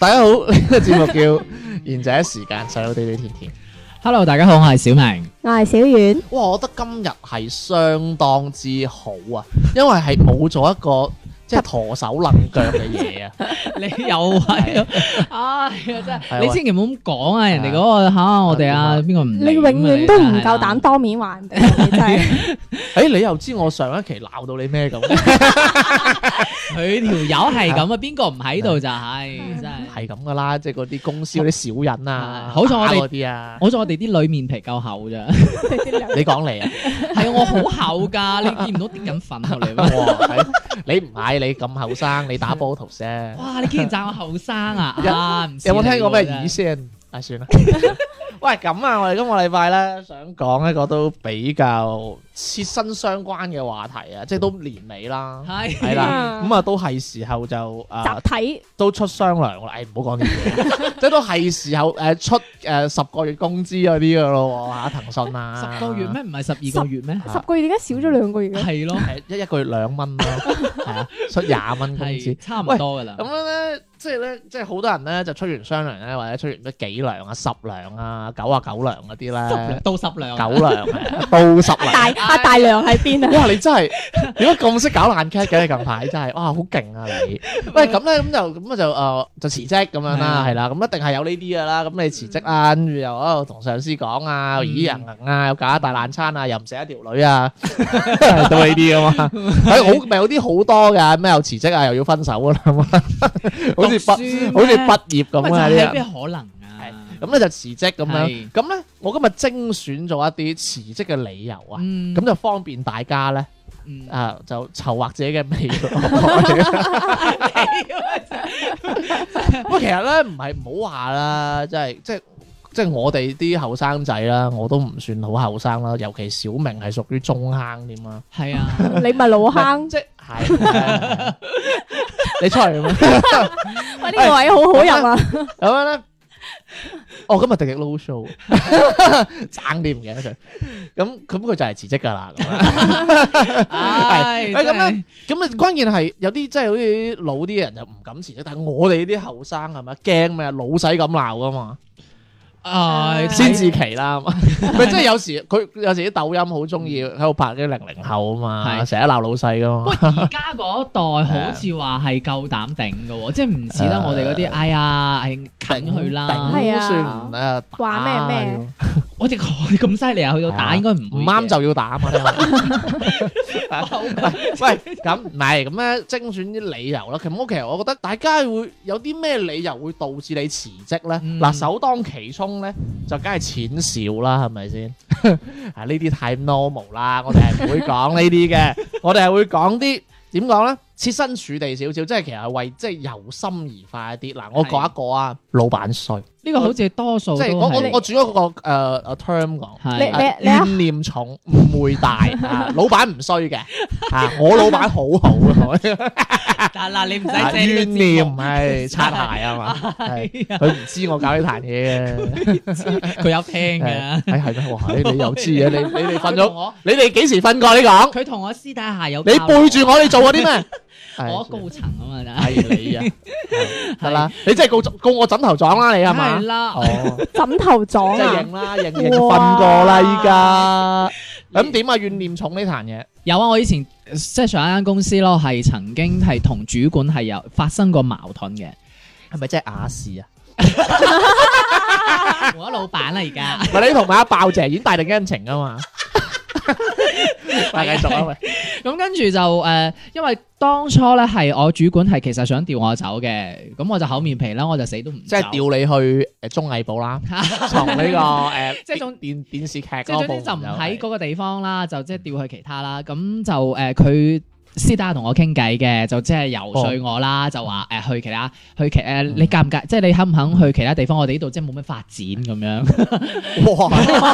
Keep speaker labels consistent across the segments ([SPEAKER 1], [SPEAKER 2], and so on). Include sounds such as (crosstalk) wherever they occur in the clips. [SPEAKER 1] 大家好，呢個節目 (laughs) 叫賢者時間，細佬地地甜甜。
[SPEAKER 2] Hello，大家好，我係小明。
[SPEAKER 3] 我係小遠，
[SPEAKER 1] 哇，我覺得今日係相當之好啊，因為係冇咗一個即係陀手掕腳嘅嘢 (laughs) 啊。
[SPEAKER 2] 你又 (laughs) 係，唉哎呀真
[SPEAKER 1] 係
[SPEAKER 2] 係，
[SPEAKER 1] 喂
[SPEAKER 2] 你千祈唔好咁講啊！人哋嗰個嚇我哋啊，邊個唔理
[SPEAKER 3] 你永遠都唔夠
[SPEAKER 2] 啊
[SPEAKER 3] 膽當面話人哋，你真係
[SPEAKER 1] 誒、你又知我上一期鬧到你咩 (laughs) 咁？
[SPEAKER 2] 佢條友係 (laughs) 咁啊，邊個唔喺度就係真係。
[SPEAKER 1] 係咁噶啦，即係嗰啲公司嗰啲小人啊， (laughs)
[SPEAKER 2] 係好彩我哋
[SPEAKER 1] 打嗰啲啊，
[SPEAKER 2] 好在我哋啲裏面皮夠 (laughs) 厚咋，
[SPEAKER 1] 你講嚟啊，
[SPEAKER 2] 係啊我好厚㗎，你見唔到滴緊粉落嚟 (laughs) 咩？
[SPEAKER 1] 哇，係你唔係你咁後生，你打波圖啫。
[SPEAKER 2] 哇！你竟然讚我後生啊！
[SPEAKER 1] 有
[SPEAKER 2] 啊，唔
[SPEAKER 1] 有冇
[SPEAKER 2] 聽
[SPEAKER 1] 聽過咩耳先？啊，算啦。 (laughs) 喂，咁啊，我哋今個禮拜咧想講一個都比較切身相關嘅話題啊，即係都年尾啦，
[SPEAKER 2] 嗯係嗯
[SPEAKER 1] 係啦，
[SPEAKER 3] 嗯
[SPEAKER 1] 咁啊都係時候就啊
[SPEAKER 3] 集體
[SPEAKER 1] 都出商量啦，誒哎唔好講呢啲嘢， (laughs) 即係都係時候誒出誒十個月工資嗰啲噶咯喎，嚇騰訊啊，
[SPEAKER 2] 十個月？咩？唔係十二個月咩？
[SPEAKER 3] 十個月點解少咗兩個月嘅？
[SPEAKER 2] 係咯，
[SPEAKER 1] 係一一個月兩蚊咯，係啊，出廿蚊工資
[SPEAKER 2] 係。差唔多噶啦
[SPEAKER 1] 咁。樣咧，即係咧，即係好多人咧就出完雙糧咧，或者出完乜幾糧啊、十糧啊、九啊九糧嗰啲咧，
[SPEAKER 2] 到十兩，
[SPEAKER 1] 九 (laughs) 糧啊到十糧。
[SPEAKER 3] 大阿大良喺邊
[SPEAKER 1] (laughs)
[SPEAKER 3] 啊？
[SPEAKER 1] 哇！你真係點解咁識搞爛 cat 嘅？你近排真係哇，好勁啊 (laughs) 你！喂，咁咧咁就咁就誒就辭職咁樣
[SPEAKER 2] 係
[SPEAKER 1] 啦，
[SPEAKER 2] 啊
[SPEAKER 1] 係啦，咁一定係有呢啲噶啦。咁你辭職啊，跟住又喺度同上司講啊，
[SPEAKER 2] 嗯
[SPEAKER 1] 咦人行啊，又搞一大爛餐啊，又唔捨一條女啊， (laughs) 都呢啲啊嘛。係好咪有啲好多㗎，咩又辭職啊，又要分手啊啦， (laughs) 好似
[SPEAKER 2] 讀書
[SPEAKER 1] 畢
[SPEAKER 2] 咩
[SPEAKER 1] 好似畢業咁啊啲
[SPEAKER 2] 喂就係
[SPEAKER 1] 人
[SPEAKER 2] 咩。可能
[SPEAKER 1] 係
[SPEAKER 2] 啊？
[SPEAKER 1] 咁咧就辭職咁樣，
[SPEAKER 2] 係
[SPEAKER 1] 咁咧我今日精選咗一啲辭職嘅理由啊，
[SPEAKER 2] 嗯
[SPEAKER 1] 咁就方便大家咧。
[SPEAKER 2] 嗯
[SPEAKER 1] 啊，就籌劃自己嘅未
[SPEAKER 2] (laughs)
[SPEAKER 1] 來。喂，其實咧唔係唔好話啦，即係即係即係我哋啲後生仔啦，我都唔算好後生啦，尤其小明係屬於中坑添啦，
[SPEAKER 2] 係啊，
[SPEAKER 1] (laughs)
[SPEAKER 3] 你咪老坑，
[SPEAKER 1] 即係
[SPEAKER 2] (laughs)
[SPEAKER 1] 係你出嚟咁樣
[SPEAKER 3] 喂呢個位好好入啊！
[SPEAKER 1] 咁樣咧。哦，今日迪迪 low show，爭啲唔記得佢。咁咁佢就係辭職㗎啦。咁樣
[SPEAKER 2] 唉，
[SPEAKER 1] 喂咁
[SPEAKER 2] 真係
[SPEAKER 1] 咧，咁啊，關鍵係有啲真係好似老啲嘅人就唔敢辭職，但係我哋呢啲後生係咪驚咩啊？老細咁鬧噶嘛，
[SPEAKER 2] 唉，
[SPEAKER 3] 係
[SPEAKER 1] 先至奇啦。啊咪即係有時佢有時啲抖音好中意喺度拍啲零零後啊嘛，
[SPEAKER 2] 係
[SPEAKER 1] 成日鬧老細噶
[SPEAKER 2] 不
[SPEAKER 1] 嘛。
[SPEAKER 2] 過而家嗰一代好似話係夠膽頂嘅喎，即係唔似得我哋嗰啲，哎呀，係啃佢
[SPEAKER 1] 啊頂
[SPEAKER 2] 啦。
[SPEAKER 3] 係啊
[SPEAKER 1] 算唔誒打
[SPEAKER 3] 話咩咩
[SPEAKER 2] 我哋咁犀利啊，去到打應該唔
[SPEAKER 1] 唔
[SPEAKER 2] 會嘅
[SPEAKER 1] 啱就要打嘛。聽講喂，咁唔係咁咧，精選啲理由啦。其實我其實我覺得大家會有啲咩理由會導致你辭職咧？
[SPEAKER 2] 嗯
[SPEAKER 1] 嗱、首當其衝咧，就梗係錢少啦，係咪先？ (laughs) 啊，呢啲太 normal 啦，我哋係唔會講呢
[SPEAKER 2] (laughs)
[SPEAKER 1] 啲嘅，我哋係會講啲點講咧？設身處地少少，即係其實係為即係由心而發一啲。嗱，我講一個啊，老闆衰，
[SPEAKER 2] 呢個好似多數
[SPEAKER 1] 即
[SPEAKER 2] 都
[SPEAKER 1] 係我我
[SPEAKER 2] 係
[SPEAKER 1] 我轉咗個誒、呃 term 講。
[SPEAKER 2] 係
[SPEAKER 3] 你
[SPEAKER 1] 啊怨念重，誤會大
[SPEAKER 2] (laughs)
[SPEAKER 1] 啊！老闆唔衰嘅啊，我老闆好好啊
[SPEAKER 2] 但嗱，你唔使
[SPEAKER 1] 啊，
[SPEAKER 2] 借呢個
[SPEAKER 1] 怨
[SPEAKER 2] 節目
[SPEAKER 1] 念係
[SPEAKER 2] (laughs)
[SPEAKER 1] 擦鞋啊嘛，係
[SPEAKER 2] 係啊
[SPEAKER 1] 佢唔知我搞呢壇嘢嘅， (laughs)
[SPEAKER 2] 佢有聽
[SPEAKER 1] 係
[SPEAKER 2] 嘅。
[SPEAKER 1] 係係咩？哇！你你又知
[SPEAKER 2] (laughs)
[SPEAKER 1] 嘅，你你哋瞓
[SPEAKER 2] 佢同
[SPEAKER 1] 咗，
[SPEAKER 2] 我，
[SPEAKER 1] 你哋幾時瞓過？
[SPEAKER 2] (laughs)
[SPEAKER 1] 你講，
[SPEAKER 2] 佢同我私底下有
[SPEAKER 1] 你
[SPEAKER 2] 交流
[SPEAKER 1] 背住我，你做過啲咩？
[SPEAKER 2] (laughs) 我 (laughs) 高層啊嘛，真係
[SPEAKER 1] 係你
[SPEAKER 2] (laughs)
[SPEAKER 1] 啊，係得啦，你真係告告我枕頭撞啦，你係嘛
[SPEAKER 2] 係？啦， (laughs)
[SPEAKER 1] 哦，
[SPEAKER 3] 枕頭撞
[SPEAKER 1] 即係
[SPEAKER 3] 啊！
[SPEAKER 1] 認啦，認認瞓過啦，依家咁點啊？怨念重呢壇嘢。
[SPEAKER 2] 有啊！我以前呃即係上一間公司咯，係曾經係同主管係有發生過矛盾
[SPEAKER 1] (laughs)
[SPEAKER 2] 嘅。
[SPEAKER 1] 係咪真係亞視啊？
[SPEAKER 2] 我老闆啦，而家
[SPEAKER 1] (laughs)
[SPEAKER 2] (laughs)
[SPEAKER 1] 唔係你同埋阿爆姐演大定恩情啊嘛？喂，繼續啊，喂，
[SPEAKER 2] 咁跟住就誒、呃因為當初咧係我主管係其實想調我走嘅，咁我就厚面皮啦，我就死都唔
[SPEAKER 1] 即係
[SPEAKER 2] 走
[SPEAKER 1] 調你去誒綜藝部
[SPEAKER 2] (laughs)
[SPEAKER 1] 啦，從呢個誒
[SPEAKER 2] 即係總
[SPEAKER 1] 電電視劇
[SPEAKER 2] 即係
[SPEAKER 1] 嗰
[SPEAKER 2] 總
[SPEAKER 1] 部
[SPEAKER 2] 之就唔喺
[SPEAKER 1] 係
[SPEAKER 2] 嗰個地方啦，就即係調去其他啦。咁就誒佢。私底下同我傾偈嘅，就即係游
[SPEAKER 1] 哦
[SPEAKER 2] 說我啦，就話誒、
[SPEAKER 1] 嗯
[SPEAKER 2] 呃去其他去其誒、呃你介唔介，即係你肯唔肯去其他地方？我哋呢度即係冇乜發展咁
[SPEAKER 1] 嗯 (laughs)
[SPEAKER 2] 樣。
[SPEAKER 1] 哇，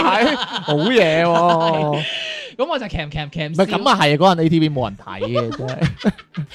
[SPEAKER 1] 係好嘢喎！
[SPEAKER 2] (laughs) 咁我就 cam cam cam
[SPEAKER 1] 唔係咁啊，係嗰陣 ATV 冇人睇嘅，真係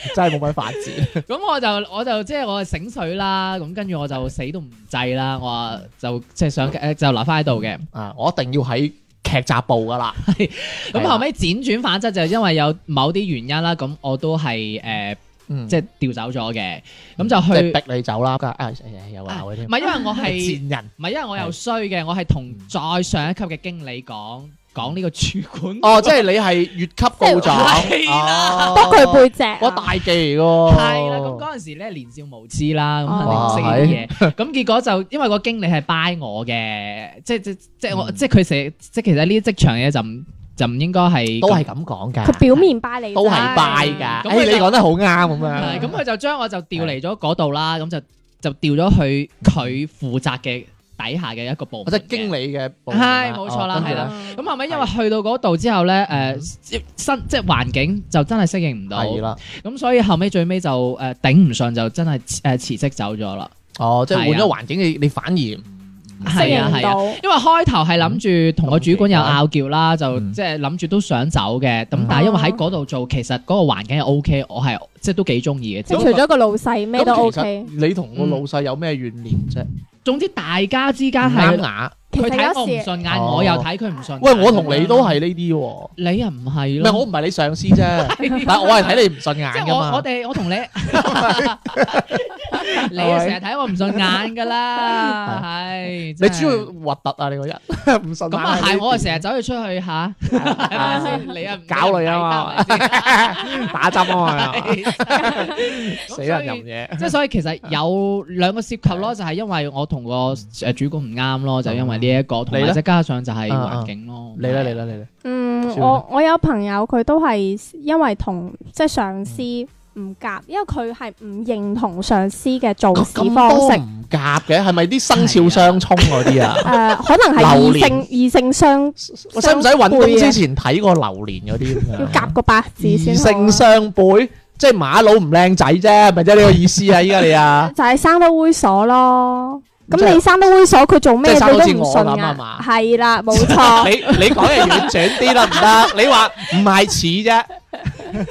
[SPEAKER 1] (laughs) 真係冇乜發展。
[SPEAKER 2] 咁我就我就即係我醒水啦，咁跟住我就死都唔制啦，我話
[SPEAKER 1] 嗯
[SPEAKER 2] 就即係想誒就留翻喺度嘅。
[SPEAKER 1] 啊，我一定要喺劇集部噶
[SPEAKER 2] (laughs)
[SPEAKER 1] 啦。係啊
[SPEAKER 2] 咁
[SPEAKER 1] 啦
[SPEAKER 2] 後尾輾轉反側就因為有某啲原因啦，咁我都係誒
[SPEAKER 1] 嗯，
[SPEAKER 2] 即
[SPEAKER 1] 係
[SPEAKER 2] 係調走咗嘅，咁就
[SPEAKER 1] 即
[SPEAKER 2] 去啊
[SPEAKER 1] 係逼你走啦。啊，哎哎又話佢
[SPEAKER 2] 唔
[SPEAKER 1] 添，
[SPEAKER 2] 係因為
[SPEAKER 1] (laughs)
[SPEAKER 2] 我係
[SPEAKER 1] 賤人。
[SPEAKER 2] 唔係因為我又衰嘅，我係同再上一級嘅經理講講呢個主管。
[SPEAKER 1] 哦，即係你係越級告狀。
[SPEAKER 2] 係啦
[SPEAKER 1] 哦
[SPEAKER 3] 得佢背脊啊。
[SPEAKER 1] 我大忌嚟喎。
[SPEAKER 2] 係啦，咁嗰陣時咧年少無知啦，咁肯定唔識呢啲嘢。咁結果就因為個經理係 buy 我嘅，即即即我
[SPEAKER 1] 嗯
[SPEAKER 2] 即佢成即其實呢啲職場嘢就唔就唔應該係
[SPEAKER 1] 都係
[SPEAKER 2] 咁
[SPEAKER 1] 咁講㗎。
[SPEAKER 3] 佢表面巴你啫，
[SPEAKER 1] 都係拜㗎。
[SPEAKER 2] 咁
[SPEAKER 1] 誒，
[SPEAKER 2] 佢
[SPEAKER 1] 你
[SPEAKER 2] 就
[SPEAKER 1] 講得好啱咁
[SPEAKER 2] 係
[SPEAKER 1] 啊。
[SPEAKER 2] 咁佢就將我就調嚟咗嗰度啦，咁就就調咗去佢負責嘅底下嘅一個部
[SPEAKER 1] 或
[SPEAKER 2] 門
[SPEAKER 1] 者
[SPEAKER 2] 嘅。
[SPEAKER 1] 經理嘅部門啊
[SPEAKER 2] 係冇錯啦，
[SPEAKER 1] 哦跟
[SPEAKER 2] 係
[SPEAKER 1] 住
[SPEAKER 2] 啦
[SPEAKER 1] 呢。
[SPEAKER 3] 嗯
[SPEAKER 2] 咁後尾因為去到嗰度之後咧，誒新即係環境就真係適應唔到，
[SPEAKER 1] 係啦。
[SPEAKER 2] 咁所以後尾最尾就誒頂唔順就真係誒辭職走咗啦。
[SPEAKER 1] 哦，即係換
[SPEAKER 2] 係
[SPEAKER 1] 咗
[SPEAKER 2] 啊
[SPEAKER 1] 環境，你你反而唔
[SPEAKER 3] 適
[SPEAKER 2] 係啊
[SPEAKER 3] 應
[SPEAKER 2] 係
[SPEAKER 3] 到
[SPEAKER 2] 啊，因為開頭係諗住同個主管有拗撬啦，就
[SPEAKER 1] 嗯
[SPEAKER 2] 即係諗住都想走嘅。咁
[SPEAKER 1] 嗯
[SPEAKER 2] 但係因為喺嗰度做，其實嗰個環境係 O K，我係即係都幾中意嘅。
[SPEAKER 3] 即
[SPEAKER 2] 只
[SPEAKER 3] 係
[SPEAKER 2] 不
[SPEAKER 3] 除
[SPEAKER 2] 過
[SPEAKER 3] 咗個老細咩都
[SPEAKER 1] 咁其實
[SPEAKER 3] OK。
[SPEAKER 1] 你同個老細有咩怨念啫？
[SPEAKER 2] 總之大家之間
[SPEAKER 1] 唔
[SPEAKER 2] 係
[SPEAKER 1] 啱牙。
[SPEAKER 3] 其
[SPEAKER 2] 佢睇
[SPEAKER 3] 實
[SPEAKER 2] 我唔
[SPEAKER 3] 有時
[SPEAKER 2] 順眼，
[SPEAKER 1] 哦
[SPEAKER 2] 我又睇佢唔順眼。
[SPEAKER 1] 喂，我同你都係呢啲喎，唔
[SPEAKER 2] 你又唔係
[SPEAKER 1] 係
[SPEAKER 2] 咯？ (laughs)
[SPEAKER 1] 我唔係你上司啫，但我係睇你唔順
[SPEAKER 2] 即
[SPEAKER 1] 眼
[SPEAKER 2] 係
[SPEAKER 1] 噶
[SPEAKER 2] 我我
[SPEAKER 1] 嘛。
[SPEAKER 2] 哋我同
[SPEAKER 1] (laughs)
[SPEAKER 2] 你， (laughs) 你啊成日睇我唔順眼噶啦，係
[SPEAKER 1] 你
[SPEAKER 2] 真係
[SPEAKER 1] 主要核突啊！你 (laughs) 啊個人唔順眼。
[SPEAKER 2] 咁啊
[SPEAKER 1] (laughs)
[SPEAKER 2] 係，我啊成日走去出去吓，係咪先你啊唔
[SPEAKER 1] 搞你啊嘛
[SPEAKER 2] 你又唔抵得
[SPEAKER 1] 打針啊嘛，
[SPEAKER 2] (laughs) 係咪
[SPEAKER 1] (laughs)
[SPEAKER 2] 先
[SPEAKER 1] 死人任嘢。
[SPEAKER 2] 即係所以其實有兩個涉及
[SPEAKER 1] 啊
[SPEAKER 2] 咯，就係因為我同個誒主管唔啱咯，就因為呢一個，同
[SPEAKER 1] 你呢
[SPEAKER 2] 埋
[SPEAKER 1] 啊
[SPEAKER 2] 即係加上就係環境咯。
[SPEAKER 1] 你啦，你啦，你啦。
[SPEAKER 3] 嗯，
[SPEAKER 1] 算啦
[SPEAKER 3] 我我有朋友佢都係因為同即係上司唔夾，因為佢係唔認同上司嘅做
[SPEAKER 1] 咁
[SPEAKER 3] 事
[SPEAKER 1] 哦咁
[SPEAKER 3] 哦方
[SPEAKER 1] 多
[SPEAKER 3] 式。
[SPEAKER 1] 唔夾嘅，係咪啲生肖相沖嗰啲啊？
[SPEAKER 3] (laughs) 誒、呃可能
[SPEAKER 1] (laughs)
[SPEAKER 3] 係
[SPEAKER 1] 榴
[SPEAKER 3] 異
[SPEAKER 1] 槤
[SPEAKER 3] 性異性相啊
[SPEAKER 1] 我使唔使揾工之前睇過榴蓮嗰啲咁
[SPEAKER 3] 要
[SPEAKER 1] 樣？
[SPEAKER 3] 夾個八字先
[SPEAKER 1] 異
[SPEAKER 3] 好
[SPEAKER 1] 性
[SPEAKER 3] 啊。
[SPEAKER 1] 相背，即係馬佬唔靚仔啫，咪即係呢個意思啊！依家你
[SPEAKER 3] (laughs)
[SPEAKER 1] 啊，
[SPEAKER 3] 就係生得猥瑣咯。
[SPEAKER 1] 即係
[SPEAKER 3] 咁你生得猥瑣，佢做咩
[SPEAKER 1] 即係
[SPEAKER 3] 你
[SPEAKER 1] 生得
[SPEAKER 3] 都
[SPEAKER 1] 好似
[SPEAKER 3] 唔
[SPEAKER 1] 我
[SPEAKER 3] 信
[SPEAKER 1] 咁啊
[SPEAKER 3] 啊
[SPEAKER 1] 嘛！
[SPEAKER 3] 係啦，冇錯，
[SPEAKER 1] (laughs) 你啊你講嘢婉轉啲得唔
[SPEAKER 3] (laughs)
[SPEAKER 1] 得？你話唔係似啫，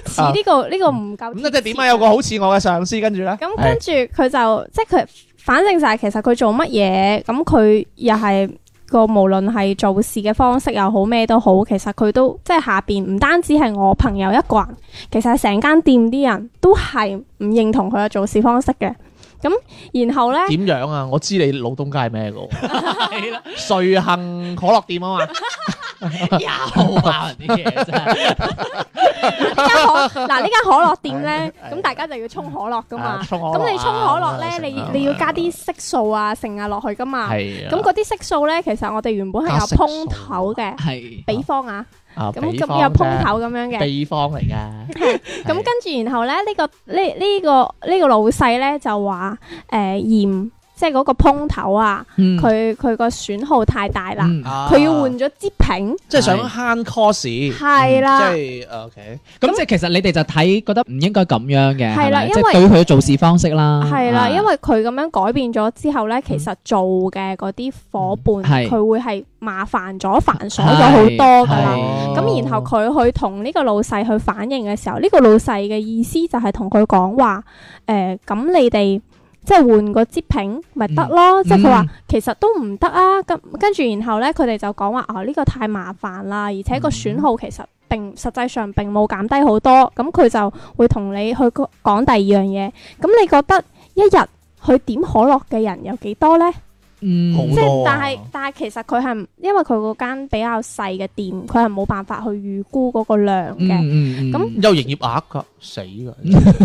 [SPEAKER 3] 似呢個呢個唔夠。
[SPEAKER 1] 咁即係點啊？有個好似我嘅上司，跟住咧，
[SPEAKER 3] 咁跟住佢就即係佢，反正就係其實佢做乜嘢，咁佢又係個無論係做事嘅方式又好咩都好，其實佢都即係下邊唔單止係我朋友一個人，其實係成間店啲人都係唔認同佢嘅做事方式嘅。咁然後呢，
[SPEAKER 1] 係點樣啊？我知你老東家係
[SPEAKER 3] (laughs)
[SPEAKER 1] 咩嘅喎，
[SPEAKER 2] 係啦，
[SPEAKER 1] 瑞幸可樂店啊嘛，
[SPEAKER 2] 又爆人啊啲嘢
[SPEAKER 1] (laughs)
[SPEAKER 2] 真係。
[SPEAKER 3] 呢間可嗱呢間可樂店呢，
[SPEAKER 1] 係
[SPEAKER 3] 咁大家就要沖可樂噶嘛
[SPEAKER 1] 啊。沖可樂啊
[SPEAKER 3] 咁你沖可樂
[SPEAKER 1] 咁
[SPEAKER 3] 呢，
[SPEAKER 1] 樣食啊
[SPEAKER 3] 你你要加啲色素啊、剩啊落去噶嘛。
[SPEAKER 1] 係啊
[SPEAKER 3] 咁嗰啲色素呢，其實我哋原本係有烹頭嘅。
[SPEAKER 2] 係
[SPEAKER 3] 比方啊，
[SPEAKER 1] 啊
[SPEAKER 3] 咁
[SPEAKER 1] 比
[SPEAKER 3] 咁
[SPEAKER 1] 方
[SPEAKER 3] 有
[SPEAKER 1] 啫
[SPEAKER 3] 鋪頭咁樣嘅，
[SPEAKER 1] 秘方嚟㗎，
[SPEAKER 3] (laughs) 咁跟住然後咧呢、個呢呢、個呢、個老細咧就話誒鹽即係嗰個鋪頭啊，
[SPEAKER 2] 嗯
[SPEAKER 3] 佢佢個損耗太大啦，
[SPEAKER 2] 嗯
[SPEAKER 3] 佢、要換咗支瓶，
[SPEAKER 1] 啊即係想慳 cost，
[SPEAKER 3] 係啦
[SPEAKER 1] 嗯即係啊 OK，
[SPEAKER 2] 咁即係其實你哋就睇覺得唔應該咁樣嘅，
[SPEAKER 3] 係啦
[SPEAKER 2] 咪
[SPEAKER 3] 因
[SPEAKER 2] 即係
[SPEAKER 3] 為
[SPEAKER 2] 對佢嘅做事方式啦，
[SPEAKER 3] 係啦、
[SPEAKER 2] 啊
[SPEAKER 3] 因為佢咁樣改變咗之後咧，其實做嘅嗰啲伙伴
[SPEAKER 2] 係
[SPEAKER 3] 佢會係麻煩咗、繁瑣咗好多噶啦
[SPEAKER 2] 係。
[SPEAKER 3] 咁然後佢去同呢個老細去反映嘅時候，呢、個老細嘅意思就係同佢講話，誒、咁你哋即係換個截屏咪得咯，即係佢話
[SPEAKER 2] 嗯
[SPEAKER 3] 其實都唔得啊。咁跟住然後咧，佢哋就講話哦，呢、個太麻煩啦，而
[SPEAKER 2] 嗯
[SPEAKER 3] 且個損耗其實並實際上並冇減低好多。咁佢就會同你去講第二樣嘢。咁你覺得一日去點可樂嘅人有幾多呢？
[SPEAKER 2] 嗯
[SPEAKER 1] 好
[SPEAKER 3] 即係
[SPEAKER 1] 多啊
[SPEAKER 3] 但係但係其實佢係因為佢嗰間比較細嘅店，佢係冇辦法去預估嗰個量
[SPEAKER 2] 嗯
[SPEAKER 3] 嘅。
[SPEAKER 2] 嗯嗯
[SPEAKER 3] 咁
[SPEAKER 1] 有營業額㗎，死㗎。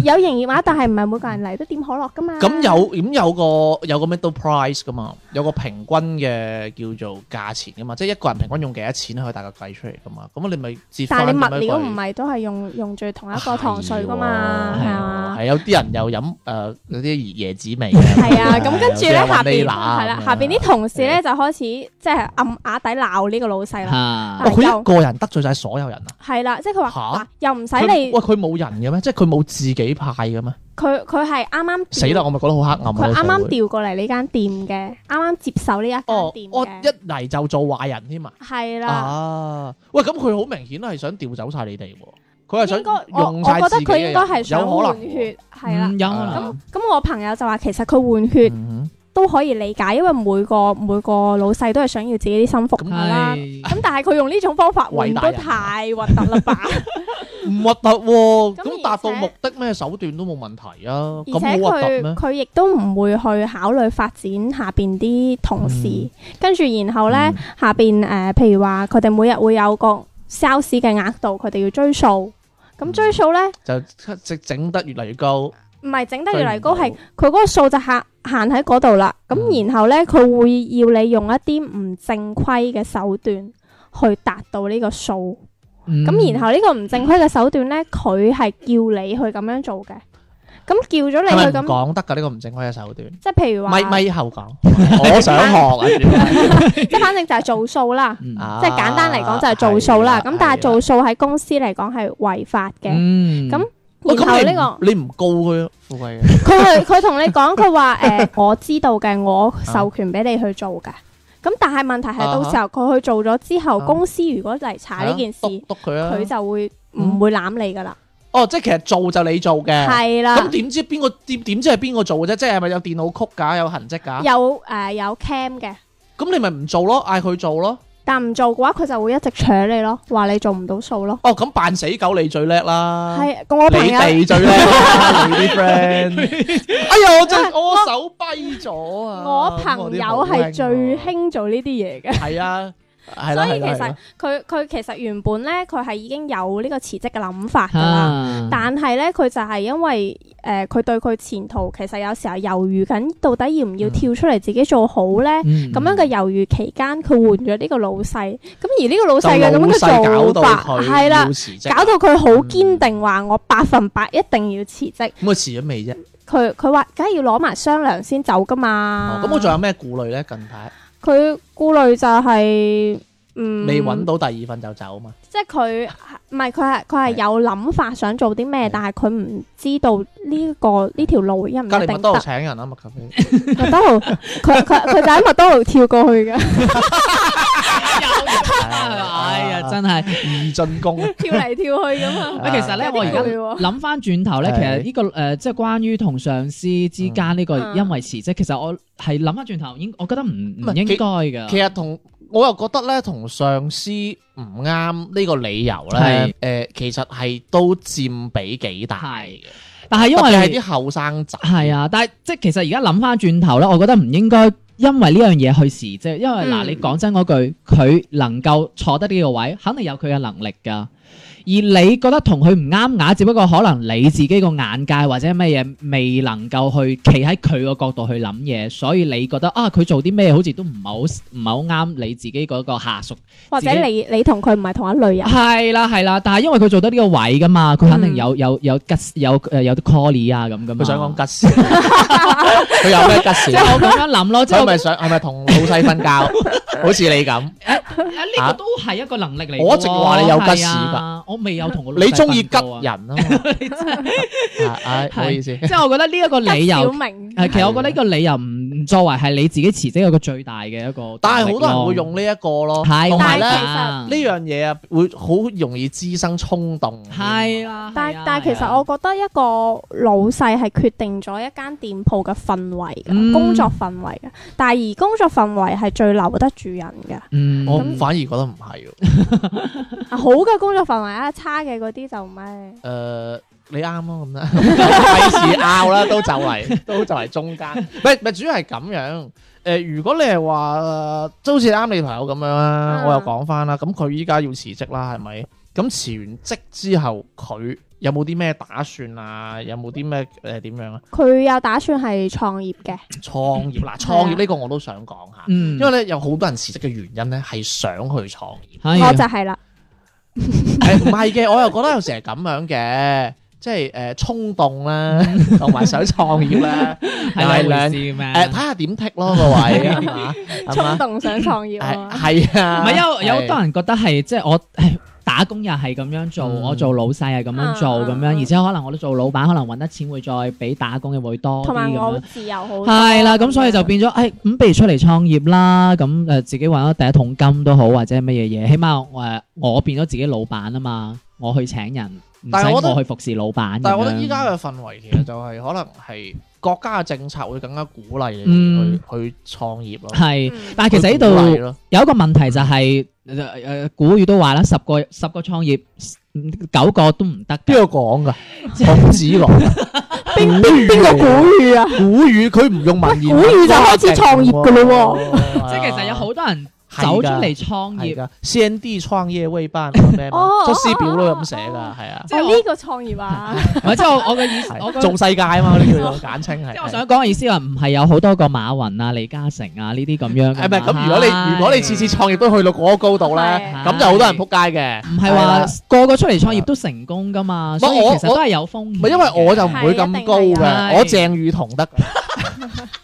[SPEAKER 3] 有營業額，但係唔係每個人嚟都點可樂噶嘛。
[SPEAKER 1] 嗯咁有咁有個有個 middle price 噶嘛，有個平均嘅叫做價錢噶嘛，即係一個人平均用幾多錢可以大概計出嚟噶嘛。咁你咪折
[SPEAKER 3] 但係
[SPEAKER 1] 翻
[SPEAKER 3] 你
[SPEAKER 1] 點樣
[SPEAKER 3] 物料
[SPEAKER 1] 計
[SPEAKER 3] 唔係都係用用最同一個糖水噶嘛，
[SPEAKER 1] 係喎啊
[SPEAKER 3] 係嘛？
[SPEAKER 1] 係有啲人又飲誒有啲椰子味嘅。
[SPEAKER 3] 係啊，咁跟住咧
[SPEAKER 1] (laughs) 有啲人
[SPEAKER 3] 下邊係
[SPEAKER 1] 搵 vanilla 啊
[SPEAKER 3] 啦
[SPEAKER 1] 咁，樣
[SPEAKER 3] 下邊啲同事
[SPEAKER 1] 係
[SPEAKER 3] 咧就開始即係暗啞底鬧呢個老細啦，
[SPEAKER 2] 嚇
[SPEAKER 1] 哇哦佢一個人得罪晒所有人啊！
[SPEAKER 3] 係啦，即係佢話
[SPEAKER 1] 嚇
[SPEAKER 3] 嗱又唔使
[SPEAKER 1] 佢
[SPEAKER 3] 你
[SPEAKER 1] 喂，佢冇人嘅咩？即係佢冇自己派嘅咩？
[SPEAKER 3] 佢佢係啱啱調
[SPEAKER 1] 死啦！我咪覺得好黑暗啊
[SPEAKER 3] 佢啱
[SPEAKER 1] 呢個社
[SPEAKER 3] 啱
[SPEAKER 1] 會
[SPEAKER 3] 調過嚟呢間店嘅，啱啱接手呢一間
[SPEAKER 1] 哦，
[SPEAKER 3] 店
[SPEAKER 1] 我
[SPEAKER 3] 嘅，
[SPEAKER 1] 一嚟就做壞人添啊！
[SPEAKER 3] 係啦。
[SPEAKER 1] 啊，喂，咁佢好明顯係想調走晒你哋喎，佢係想
[SPEAKER 3] 應該我
[SPEAKER 1] 用
[SPEAKER 3] 我
[SPEAKER 1] 晒
[SPEAKER 3] 覺得
[SPEAKER 1] 自己
[SPEAKER 3] 佢
[SPEAKER 1] 嘅
[SPEAKER 3] 應該係
[SPEAKER 1] 人，
[SPEAKER 3] 想
[SPEAKER 1] 有可
[SPEAKER 3] 換
[SPEAKER 1] 能喎。
[SPEAKER 3] 血，係啦。
[SPEAKER 2] 嗯有可能
[SPEAKER 3] 咁咁我朋友就話其實佢換血
[SPEAKER 1] 嗯
[SPEAKER 3] 都可以理解，因為每個每個老細都係想要自己啲
[SPEAKER 1] (laughs)
[SPEAKER 3] 心腹
[SPEAKER 1] 咁
[SPEAKER 3] 下啦。
[SPEAKER 2] 係
[SPEAKER 3] 咁但係佢用呢種方法換
[SPEAKER 1] 偉大
[SPEAKER 3] 都
[SPEAKER 1] 人啊
[SPEAKER 3] 太核突啦
[SPEAKER 1] (laughs)
[SPEAKER 3] 吧？
[SPEAKER 1] 哼唔核突喎，
[SPEAKER 3] 咁
[SPEAKER 1] 咁
[SPEAKER 3] 而
[SPEAKER 1] 達到
[SPEAKER 3] 且
[SPEAKER 1] 目的咩手段都冇問題啊，
[SPEAKER 3] 而
[SPEAKER 1] 咁
[SPEAKER 3] 且
[SPEAKER 1] 好核突
[SPEAKER 3] 佢
[SPEAKER 1] 咩？
[SPEAKER 3] 佢亦都唔會去考慮發展下邊啲同事，
[SPEAKER 1] 嗯
[SPEAKER 3] 跟住然後呢，
[SPEAKER 1] 嗯
[SPEAKER 3] 下邊誒、呃譬如話佢哋每日會有個 sales 嘅額度，佢哋要追數。咁
[SPEAKER 1] 嗯
[SPEAKER 3] 追數呢，
[SPEAKER 1] 就即整得越嚟越高，
[SPEAKER 3] 唔係整得越嚟越高，
[SPEAKER 1] 追
[SPEAKER 3] 係
[SPEAKER 1] 唔
[SPEAKER 3] 佢嗰個數就限限喺嗰度啦。咁
[SPEAKER 1] 嗯
[SPEAKER 3] 然後呢，佢會要你用一啲唔正規嘅手段去達到呢個數。
[SPEAKER 2] 嗯
[SPEAKER 3] 咁、
[SPEAKER 1] 嗯
[SPEAKER 3] 然後呢個唔正規嘅手段呢，佢係叫你去咁樣做嘅。咁叫咗
[SPEAKER 1] 係
[SPEAKER 3] 你
[SPEAKER 1] 咪
[SPEAKER 3] 去
[SPEAKER 1] 唔
[SPEAKER 3] 咁，
[SPEAKER 1] 講得㗎呢個唔正規嘅手段？
[SPEAKER 3] 即係譬如話。
[SPEAKER 1] 咪咪後講，我想學啊主要
[SPEAKER 3] (laughs) 即係反正就係做數
[SPEAKER 1] (laughs)
[SPEAKER 3] 啦，
[SPEAKER 2] 嗯
[SPEAKER 1] 係，
[SPEAKER 3] 即係簡單嚟講
[SPEAKER 1] 啊
[SPEAKER 3] 就係做數啦。咁但係做數喺公司嚟講係違法嘅。
[SPEAKER 2] 嗯
[SPEAKER 3] 咁
[SPEAKER 1] 喂
[SPEAKER 3] 然後
[SPEAKER 1] 哦咁你
[SPEAKER 3] 呢
[SPEAKER 1] 你唔告佢富貴嘅，
[SPEAKER 3] 個佢去佢同你講，佢話誒我知道嘅，我授權俾你去做嘅。咁但係問題係到時候佢去做咗之後，
[SPEAKER 1] 啊
[SPEAKER 3] 公司如果嚟查呢件事，
[SPEAKER 1] 督督佢啊！
[SPEAKER 3] 佢就會
[SPEAKER 1] 嗯
[SPEAKER 3] 唔會攬你噶啦？
[SPEAKER 1] 哦，即係其實做就你做嘅，
[SPEAKER 3] 係
[SPEAKER 1] 咁
[SPEAKER 3] 啦，
[SPEAKER 1] 點知邊個點點知係邊個做嘅啫？即係係咪有電腦曲㗎？有痕跡㗎？
[SPEAKER 3] 有誒有 cam 嘅，
[SPEAKER 1] 咁你咪唔做咯，嗌佢做咯。
[SPEAKER 3] 但唔做嘅話，佢就會一直扯你咯，話你做唔到數咯。
[SPEAKER 1] 哦，咁扮死狗你最叻啦，
[SPEAKER 3] 係我
[SPEAKER 1] 啊你
[SPEAKER 3] 朋友。
[SPEAKER 1] 哋最叻
[SPEAKER 3] (laughs)
[SPEAKER 1] 啦，你啲 friend。哎呀，我真我手跛咗啊！
[SPEAKER 3] 我朋友係最興做呢啲嘢嘅，
[SPEAKER 1] 係啊，係
[SPEAKER 3] 所
[SPEAKER 1] 啦，
[SPEAKER 3] 以
[SPEAKER 1] 係
[SPEAKER 3] 其
[SPEAKER 1] 啦
[SPEAKER 3] 實佢佢其實原本咧，佢係已經有呢個辭職嘅諗法㗎啦。
[SPEAKER 2] 啊
[SPEAKER 3] 但係咧，佢就係因為誒，佢、對佢前途其實有時候猶豫緊，到底要唔要
[SPEAKER 1] 嗯
[SPEAKER 3] 跳出嚟自己做好咧？
[SPEAKER 2] 嗯
[SPEAKER 3] 咁樣嘅猶豫期間，佢換咗呢個老細，咁而呢個老
[SPEAKER 1] 就
[SPEAKER 3] 細嘅咁
[SPEAKER 1] 老
[SPEAKER 3] 樣
[SPEAKER 1] 細
[SPEAKER 3] 嘅
[SPEAKER 1] 搞
[SPEAKER 3] 做
[SPEAKER 1] 到
[SPEAKER 3] 法
[SPEAKER 1] 佢
[SPEAKER 3] 係啦
[SPEAKER 1] 要，辭職，
[SPEAKER 3] 搞到佢好堅定話我百分百一定要辭職。
[SPEAKER 1] 咁佢辭咗未啫？
[SPEAKER 3] 佢佢話梗係要攞埋商量先走㗎嘛。
[SPEAKER 1] 哦咁我仲有咩顧慮咧？近排
[SPEAKER 3] 佢顧慮就係、嗯
[SPEAKER 1] 未揾，到第二份就走嘛？
[SPEAKER 3] 即係佢唔係佢係佢係有諗法想做啲咩
[SPEAKER 1] 係，
[SPEAKER 3] 但係佢唔知道呢、個呢條路一唔一
[SPEAKER 1] 隔離麥
[SPEAKER 3] 定
[SPEAKER 1] 當勞
[SPEAKER 3] 得。
[SPEAKER 1] 請人啊嘛，麥咖啡。 (laughs)
[SPEAKER 3] 麥當勞佢佢佢就喺麥當勞跳過去嘅，
[SPEAKER 1] 啊
[SPEAKER 2] (laughs) 哎呀，真係。
[SPEAKER 1] 二進攻。
[SPEAKER 2] (laughs)
[SPEAKER 3] 跳嚟跳去咁啊！
[SPEAKER 2] 喂，其實咧，我而家
[SPEAKER 3] 有啲攰喎
[SPEAKER 2] 諗翻轉頭咧，其實呢個誒，即係關於同上司之間呢個
[SPEAKER 3] 嗯
[SPEAKER 2] 因為辭職，其實我係諗翻轉頭，應我覺得唔唔
[SPEAKER 1] 係
[SPEAKER 2] 應該
[SPEAKER 1] 其
[SPEAKER 2] 㗎。
[SPEAKER 1] 實同我又覺得咧，同上司唔啱呢個理由咧，誒
[SPEAKER 2] 係、
[SPEAKER 1] 其實係都佔比幾大嘅，
[SPEAKER 2] 但係因
[SPEAKER 1] 因為係
[SPEAKER 2] 為
[SPEAKER 1] 啲後生
[SPEAKER 2] (laughs)
[SPEAKER 1] 仔，
[SPEAKER 2] 係啊，但係即係其實而家諗翻轉頭咧，我覺得唔應該因為呢樣嘢去辭職，因為嗱，
[SPEAKER 3] 嗯
[SPEAKER 2] 你講真嗰句，佢能夠坐得呢個位，肯定有佢嘅能力㗎。而你覺得同佢唔啱眼，只不過可能你自己個眼界或者乜嘢未能夠去企喺佢個角度去諗嘢，所以你覺得啊佢做啲咩好似都唔係好唔係好啱你自己嗰個下屬。
[SPEAKER 3] (laughs) 或者
[SPEAKER 2] 自己
[SPEAKER 3] 你你同佢唔係同一類人，
[SPEAKER 2] 係啦係啦，但係因為佢做得呢個位噶嘛，佢肯定有有有吉有誒有啲 call 啊咁噶嘛。
[SPEAKER 1] 佢想講
[SPEAKER 2] (laughs)
[SPEAKER 1] 吉事，佢有咩吉
[SPEAKER 2] 即
[SPEAKER 1] 事啊
[SPEAKER 2] 係？我咁樣諗咯，即係
[SPEAKER 1] 佢
[SPEAKER 2] 我
[SPEAKER 1] 咪想係咪同老細瞓
[SPEAKER 2] (laughs)
[SPEAKER 1] 覺？好似你咁，
[SPEAKER 2] 誒啊呢個都係一個能力嚟嘅喎。
[SPEAKER 1] 啊我一直話你有吉事㗎
[SPEAKER 2] 係啊，我未有同我老細
[SPEAKER 1] 你中意吉
[SPEAKER 2] 瞓過啊
[SPEAKER 1] 人啊嘛？
[SPEAKER 2] (laughs)
[SPEAKER 1] 啊唉，唔好意思，
[SPEAKER 2] 即係我覺得呢一個理
[SPEAKER 3] 小
[SPEAKER 2] 由
[SPEAKER 3] 明
[SPEAKER 2] 係，其實我覺得呢個理由唔唔作為係你自己辭職一個最大嘅一個，
[SPEAKER 1] 但係好多人會用呢一個咯，
[SPEAKER 2] 係，
[SPEAKER 1] 同埋
[SPEAKER 3] 但係
[SPEAKER 1] 咧
[SPEAKER 3] 其
[SPEAKER 1] 呢樣嘢啊，會好容易滋生衝動。
[SPEAKER 2] 係啦，
[SPEAKER 3] 但
[SPEAKER 2] (laughs) 係啊
[SPEAKER 3] 但係其
[SPEAKER 2] 係
[SPEAKER 3] 實
[SPEAKER 2] 啊
[SPEAKER 3] 我覺得一個老細係決定咗一間店鋪嘅氛圍嘅、
[SPEAKER 2] 嗯
[SPEAKER 3] 工作氛圍嘅，但係而工作氛圍係最留得住人嘅。
[SPEAKER 2] 嗯
[SPEAKER 1] 我反而覺得唔
[SPEAKER 2] (laughs)
[SPEAKER 1] 係喎。
[SPEAKER 3] 啊好嘅工作氛圍啊，差嘅嗰啲就唔係。
[SPEAKER 1] 誒呃你啱咯咁
[SPEAKER 2] (laughs)
[SPEAKER 1] 啦，費事拗啦，都就嚟都就嚟中間，唔係唔係主要係咁樣。誒、如果你係話，即係好似啱你朋友咁樣啦，
[SPEAKER 3] 啊
[SPEAKER 2] 嗯
[SPEAKER 1] 我又講翻啦，咁佢依家要辭職啦，係咪？咁辭完職之後，佢有冇啲咩打算啊？有冇啲咩誒點樣啊？
[SPEAKER 3] 佢有打算係創業嘅，
[SPEAKER 1] 創業嗱，創業呢個我都想講下，
[SPEAKER 2] 嗯
[SPEAKER 1] 因為咧有好多人辭職嘅原因咧係想去創業。
[SPEAKER 2] 係啊
[SPEAKER 3] 我就係啦，
[SPEAKER 1] 誒唔係嘅，我又覺得有時係咁樣嘅，即係誒、呃、衝動啦，
[SPEAKER 2] 嗯
[SPEAKER 1] 同埋想創業
[SPEAKER 2] (laughs)
[SPEAKER 1] 啦，
[SPEAKER 2] 係
[SPEAKER 1] 係
[SPEAKER 2] 兩
[SPEAKER 1] 兩
[SPEAKER 2] 回事嘅咩？
[SPEAKER 1] 誒睇下點剔咯個
[SPEAKER 2] (laughs)
[SPEAKER 1] 位係嘛係
[SPEAKER 3] 衝
[SPEAKER 1] 嘛，
[SPEAKER 3] 動想創業
[SPEAKER 1] 係
[SPEAKER 3] 啊，
[SPEAKER 1] 係啊，
[SPEAKER 2] 唔係有有好
[SPEAKER 1] 係
[SPEAKER 2] 多人覺得係即係我唉打工又係咁樣做，
[SPEAKER 1] 嗯
[SPEAKER 2] 我做老細係咁樣做
[SPEAKER 3] 啊
[SPEAKER 2] 咁樣，而且可能我都做老闆，可能揾得錢會再比打工嘅會多啲
[SPEAKER 3] 同埋
[SPEAKER 2] 咁
[SPEAKER 3] 我
[SPEAKER 2] 樣。
[SPEAKER 3] 自由好多
[SPEAKER 2] 係啦，咁所以就變咗，誒咁不如出嚟創業啦，咁誒自己揾咗第一桶金都好，或者乜嘢嘢，起碼誒我變咗自己老闆啊嘛，我去請人，唔
[SPEAKER 1] 但
[SPEAKER 2] 使
[SPEAKER 1] 係我覺得
[SPEAKER 2] 我去服侍老闆咁樣。
[SPEAKER 1] 但係我覺得依家嘅氛圍其實就係可能係國家嘅政策會更加鼓勵你去、
[SPEAKER 2] 嗯
[SPEAKER 1] 去創業咯。
[SPEAKER 2] 係，
[SPEAKER 3] 嗯
[SPEAKER 2] 但係其實呢度
[SPEAKER 1] 去鼓勵咯
[SPEAKER 2] 有一個問題就係誒誒古語都話啦，十個十個創業嗯九個都唔得㗎。
[SPEAKER 1] 邊個講㗎？
[SPEAKER 2] 即
[SPEAKER 1] (laughs) 孔子
[SPEAKER 2] (laughs)
[SPEAKER 1] 講。邊邊
[SPEAKER 3] 邊個古語啊？
[SPEAKER 1] 古語佢唔用文言文，
[SPEAKER 3] 古語就開始創業㗎咯
[SPEAKER 1] 喎
[SPEAKER 2] 即係其實有好多人走出嚟創
[SPEAKER 1] 係
[SPEAKER 2] 業，
[SPEAKER 1] 噶，先啲創業未
[SPEAKER 3] (laughs)
[SPEAKER 1] 班咩嘛
[SPEAKER 3] 哦，
[SPEAKER 1] 出師表都咁寫㗎，
[SPEAKER 3] 哦
[SPEAKER 1] 係啊，
[SPEAKER 2] 即
[SPEAKER 3] 我
[SPEAKER 2] 係我
[SPEAKER 3] 呢個創業啊，
[SPEAKER 2] 唔係即係我我嘅意思，我
[SPEAKER 1] 係
[SPEAKER 2] 嘅
[SPEAKER 1] 做世界啊嘛，呢叫做簡稱係。
[SPEAKER 2] 即係我想講嘅意思話，唔係有好多個馬雲啊、李嘉誠啊呢啲咁
[SPEAKER 1] 係
[SPEAKER 2] 樣㗎嘛。
[SPEAKER 1] 誒唔係咁，如果你如果你次次創業都去到嗰個高度咧，
[SPEAKER 3] 係
[SPEAKER 1] 咁就好多人撲街嘅。
[SPEAKER 2] 唔係
[SPEAKER 1] 係
[SPEAKER 2] 話
[SPEAKER 1] 啦
[SPEAKER 2] 個個出嚟創業都成功㗎嘛，
[SPEAKER 1] 唔係
[SPEAKER 2] 所以
[SPEAKER 1] 我
[SPEAKER 2] 其實都係有風險
[SPEAKER 1] 唔
[SPEAKER 2] 嘅。
[SPEAKER 1] 係因為我就唔會咁高
[SPEAKER 3] 係一定
[SPEAKER 2] 係
[SPEAKER 1] 嘅，我鄭裕彤
[SPEAKER 3] (laughs)
[SPEAKER 1] 得㗎，
[SPEAKER 3] 我
[SPEAKER 1] 得唔得啊？嗯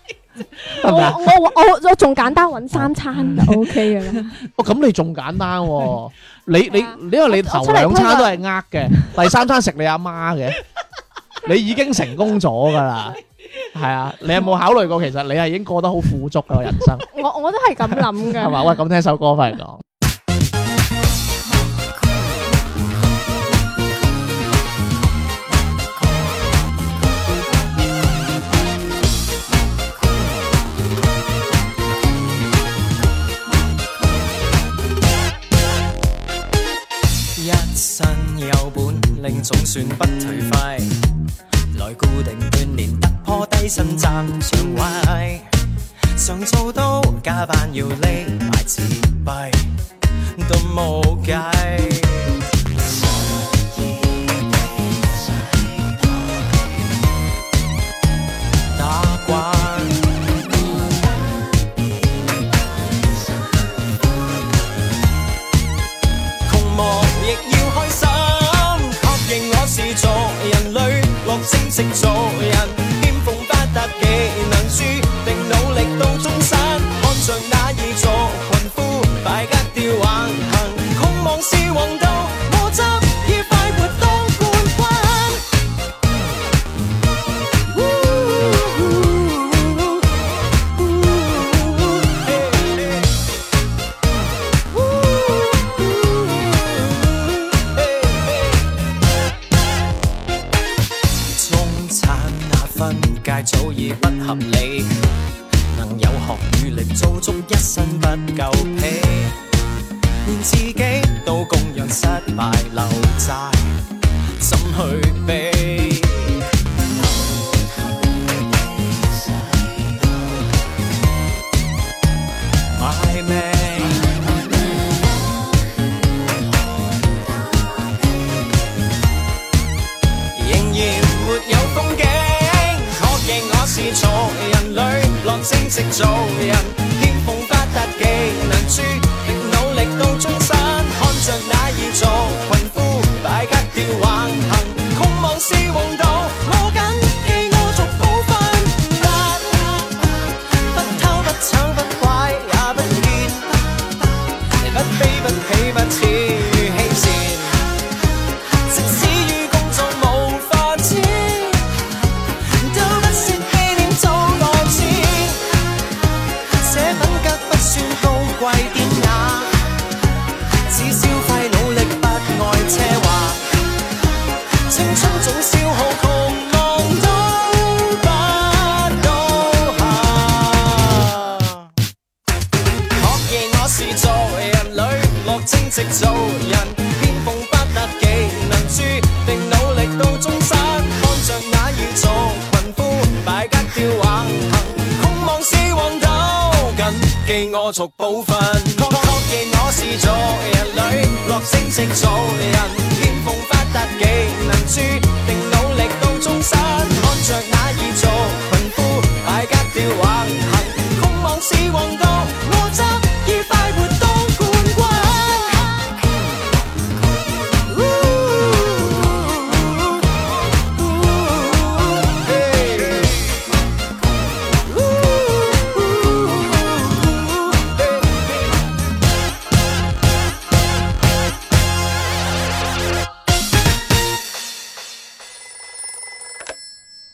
[SPEAKER 3] 我我我仲簡單揾三餐就 OK 嘅啦，
[SPEAKER 1] 哦，咁你仲簡
[SPEAKER 3] (laughs)
[SPEAKER 1] 單喎，你
[SPEAKER 3] 係啊
[SPEAKER 1] 你因為你頭
[SPEAKER 3] 我出嚟
[SPEAKER 1] 兩
[SPEAKER 3] 推
[SPEAKER 1] 餐
[SPEAKER 3] 論
[SPEAKER 1] 都係呃
[SPEAKER 3] (laughs)
[SPEAKER 1] 嘅，第三餐食你阿媽嘅，你已經成功咗
[SPEAKER 3] (laughs)
[SPEAKER 1] 㗎啦。係啊，你有冇考慮過其實你係已經過得好富足啊嘅人
[SPEAKER 3] (laughs)
[SPEAKER 1] 生？
[SPEAKER 3] (laughs) 我我都係咁諗
[SPEAKER 1] 係
[SPEAKER 3] 嘅，
[SPEAKER 1] 嘛？喂，咁聽首歌翻嚟講。
[SPEAKER 4] 一身有本領，總算不頹廢。來固定鍛鍊，突破低身站上位。想做到加班要匿埋自閉，都冇計。打滾。窮忙亦要開心，確認我是做人類樂正直做人，兼逢發達技能注定努力到終身，看着那二座群夫敗格調橫行，窮忙是王道，我執以快活當冠軍。中產那分界早已不合理，能有學與力做足一身不夠皮，連自己都供養失敗流債，怎去避？買命。仍然沒有風景。確認我是做人類樂正直做人，天蓬發達技能注定努力到終身，看着那二座群夫敗格調橫行，窮望是王道，冇緊記我逐補分。不偷不搶不拐也不見，不卑不鄙不似欺善。即使與公眾無法知，都不屑紀念做我知。這品格不算高貴典雅，只消費努力不愛奢華。青春總消耗，窮忙都不倒下。學嘢我是做人類，樂正直做人，偏逢發達技能注定努力到終身，逐部分。確確認我是做人類，落星星做人，天賦發達技能輸，定努力到終身。看着那已做貧富，敗家掉橫行，空望是運動，我執意快活當冠軍。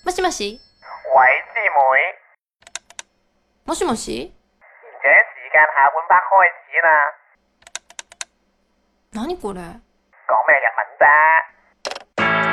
[SPEAKER 5] もしもし
[SPEAKER 6] 喂，師
[SPEAKER 5] も
[SPEAKER 6] 妹，
[SPEAKER 5] しもし
[SPEAKER 6] 而且時間下半 part 開始啦，
[SPEAKER 5] 何これ
[SPEAKER 6] 講咩日文啫？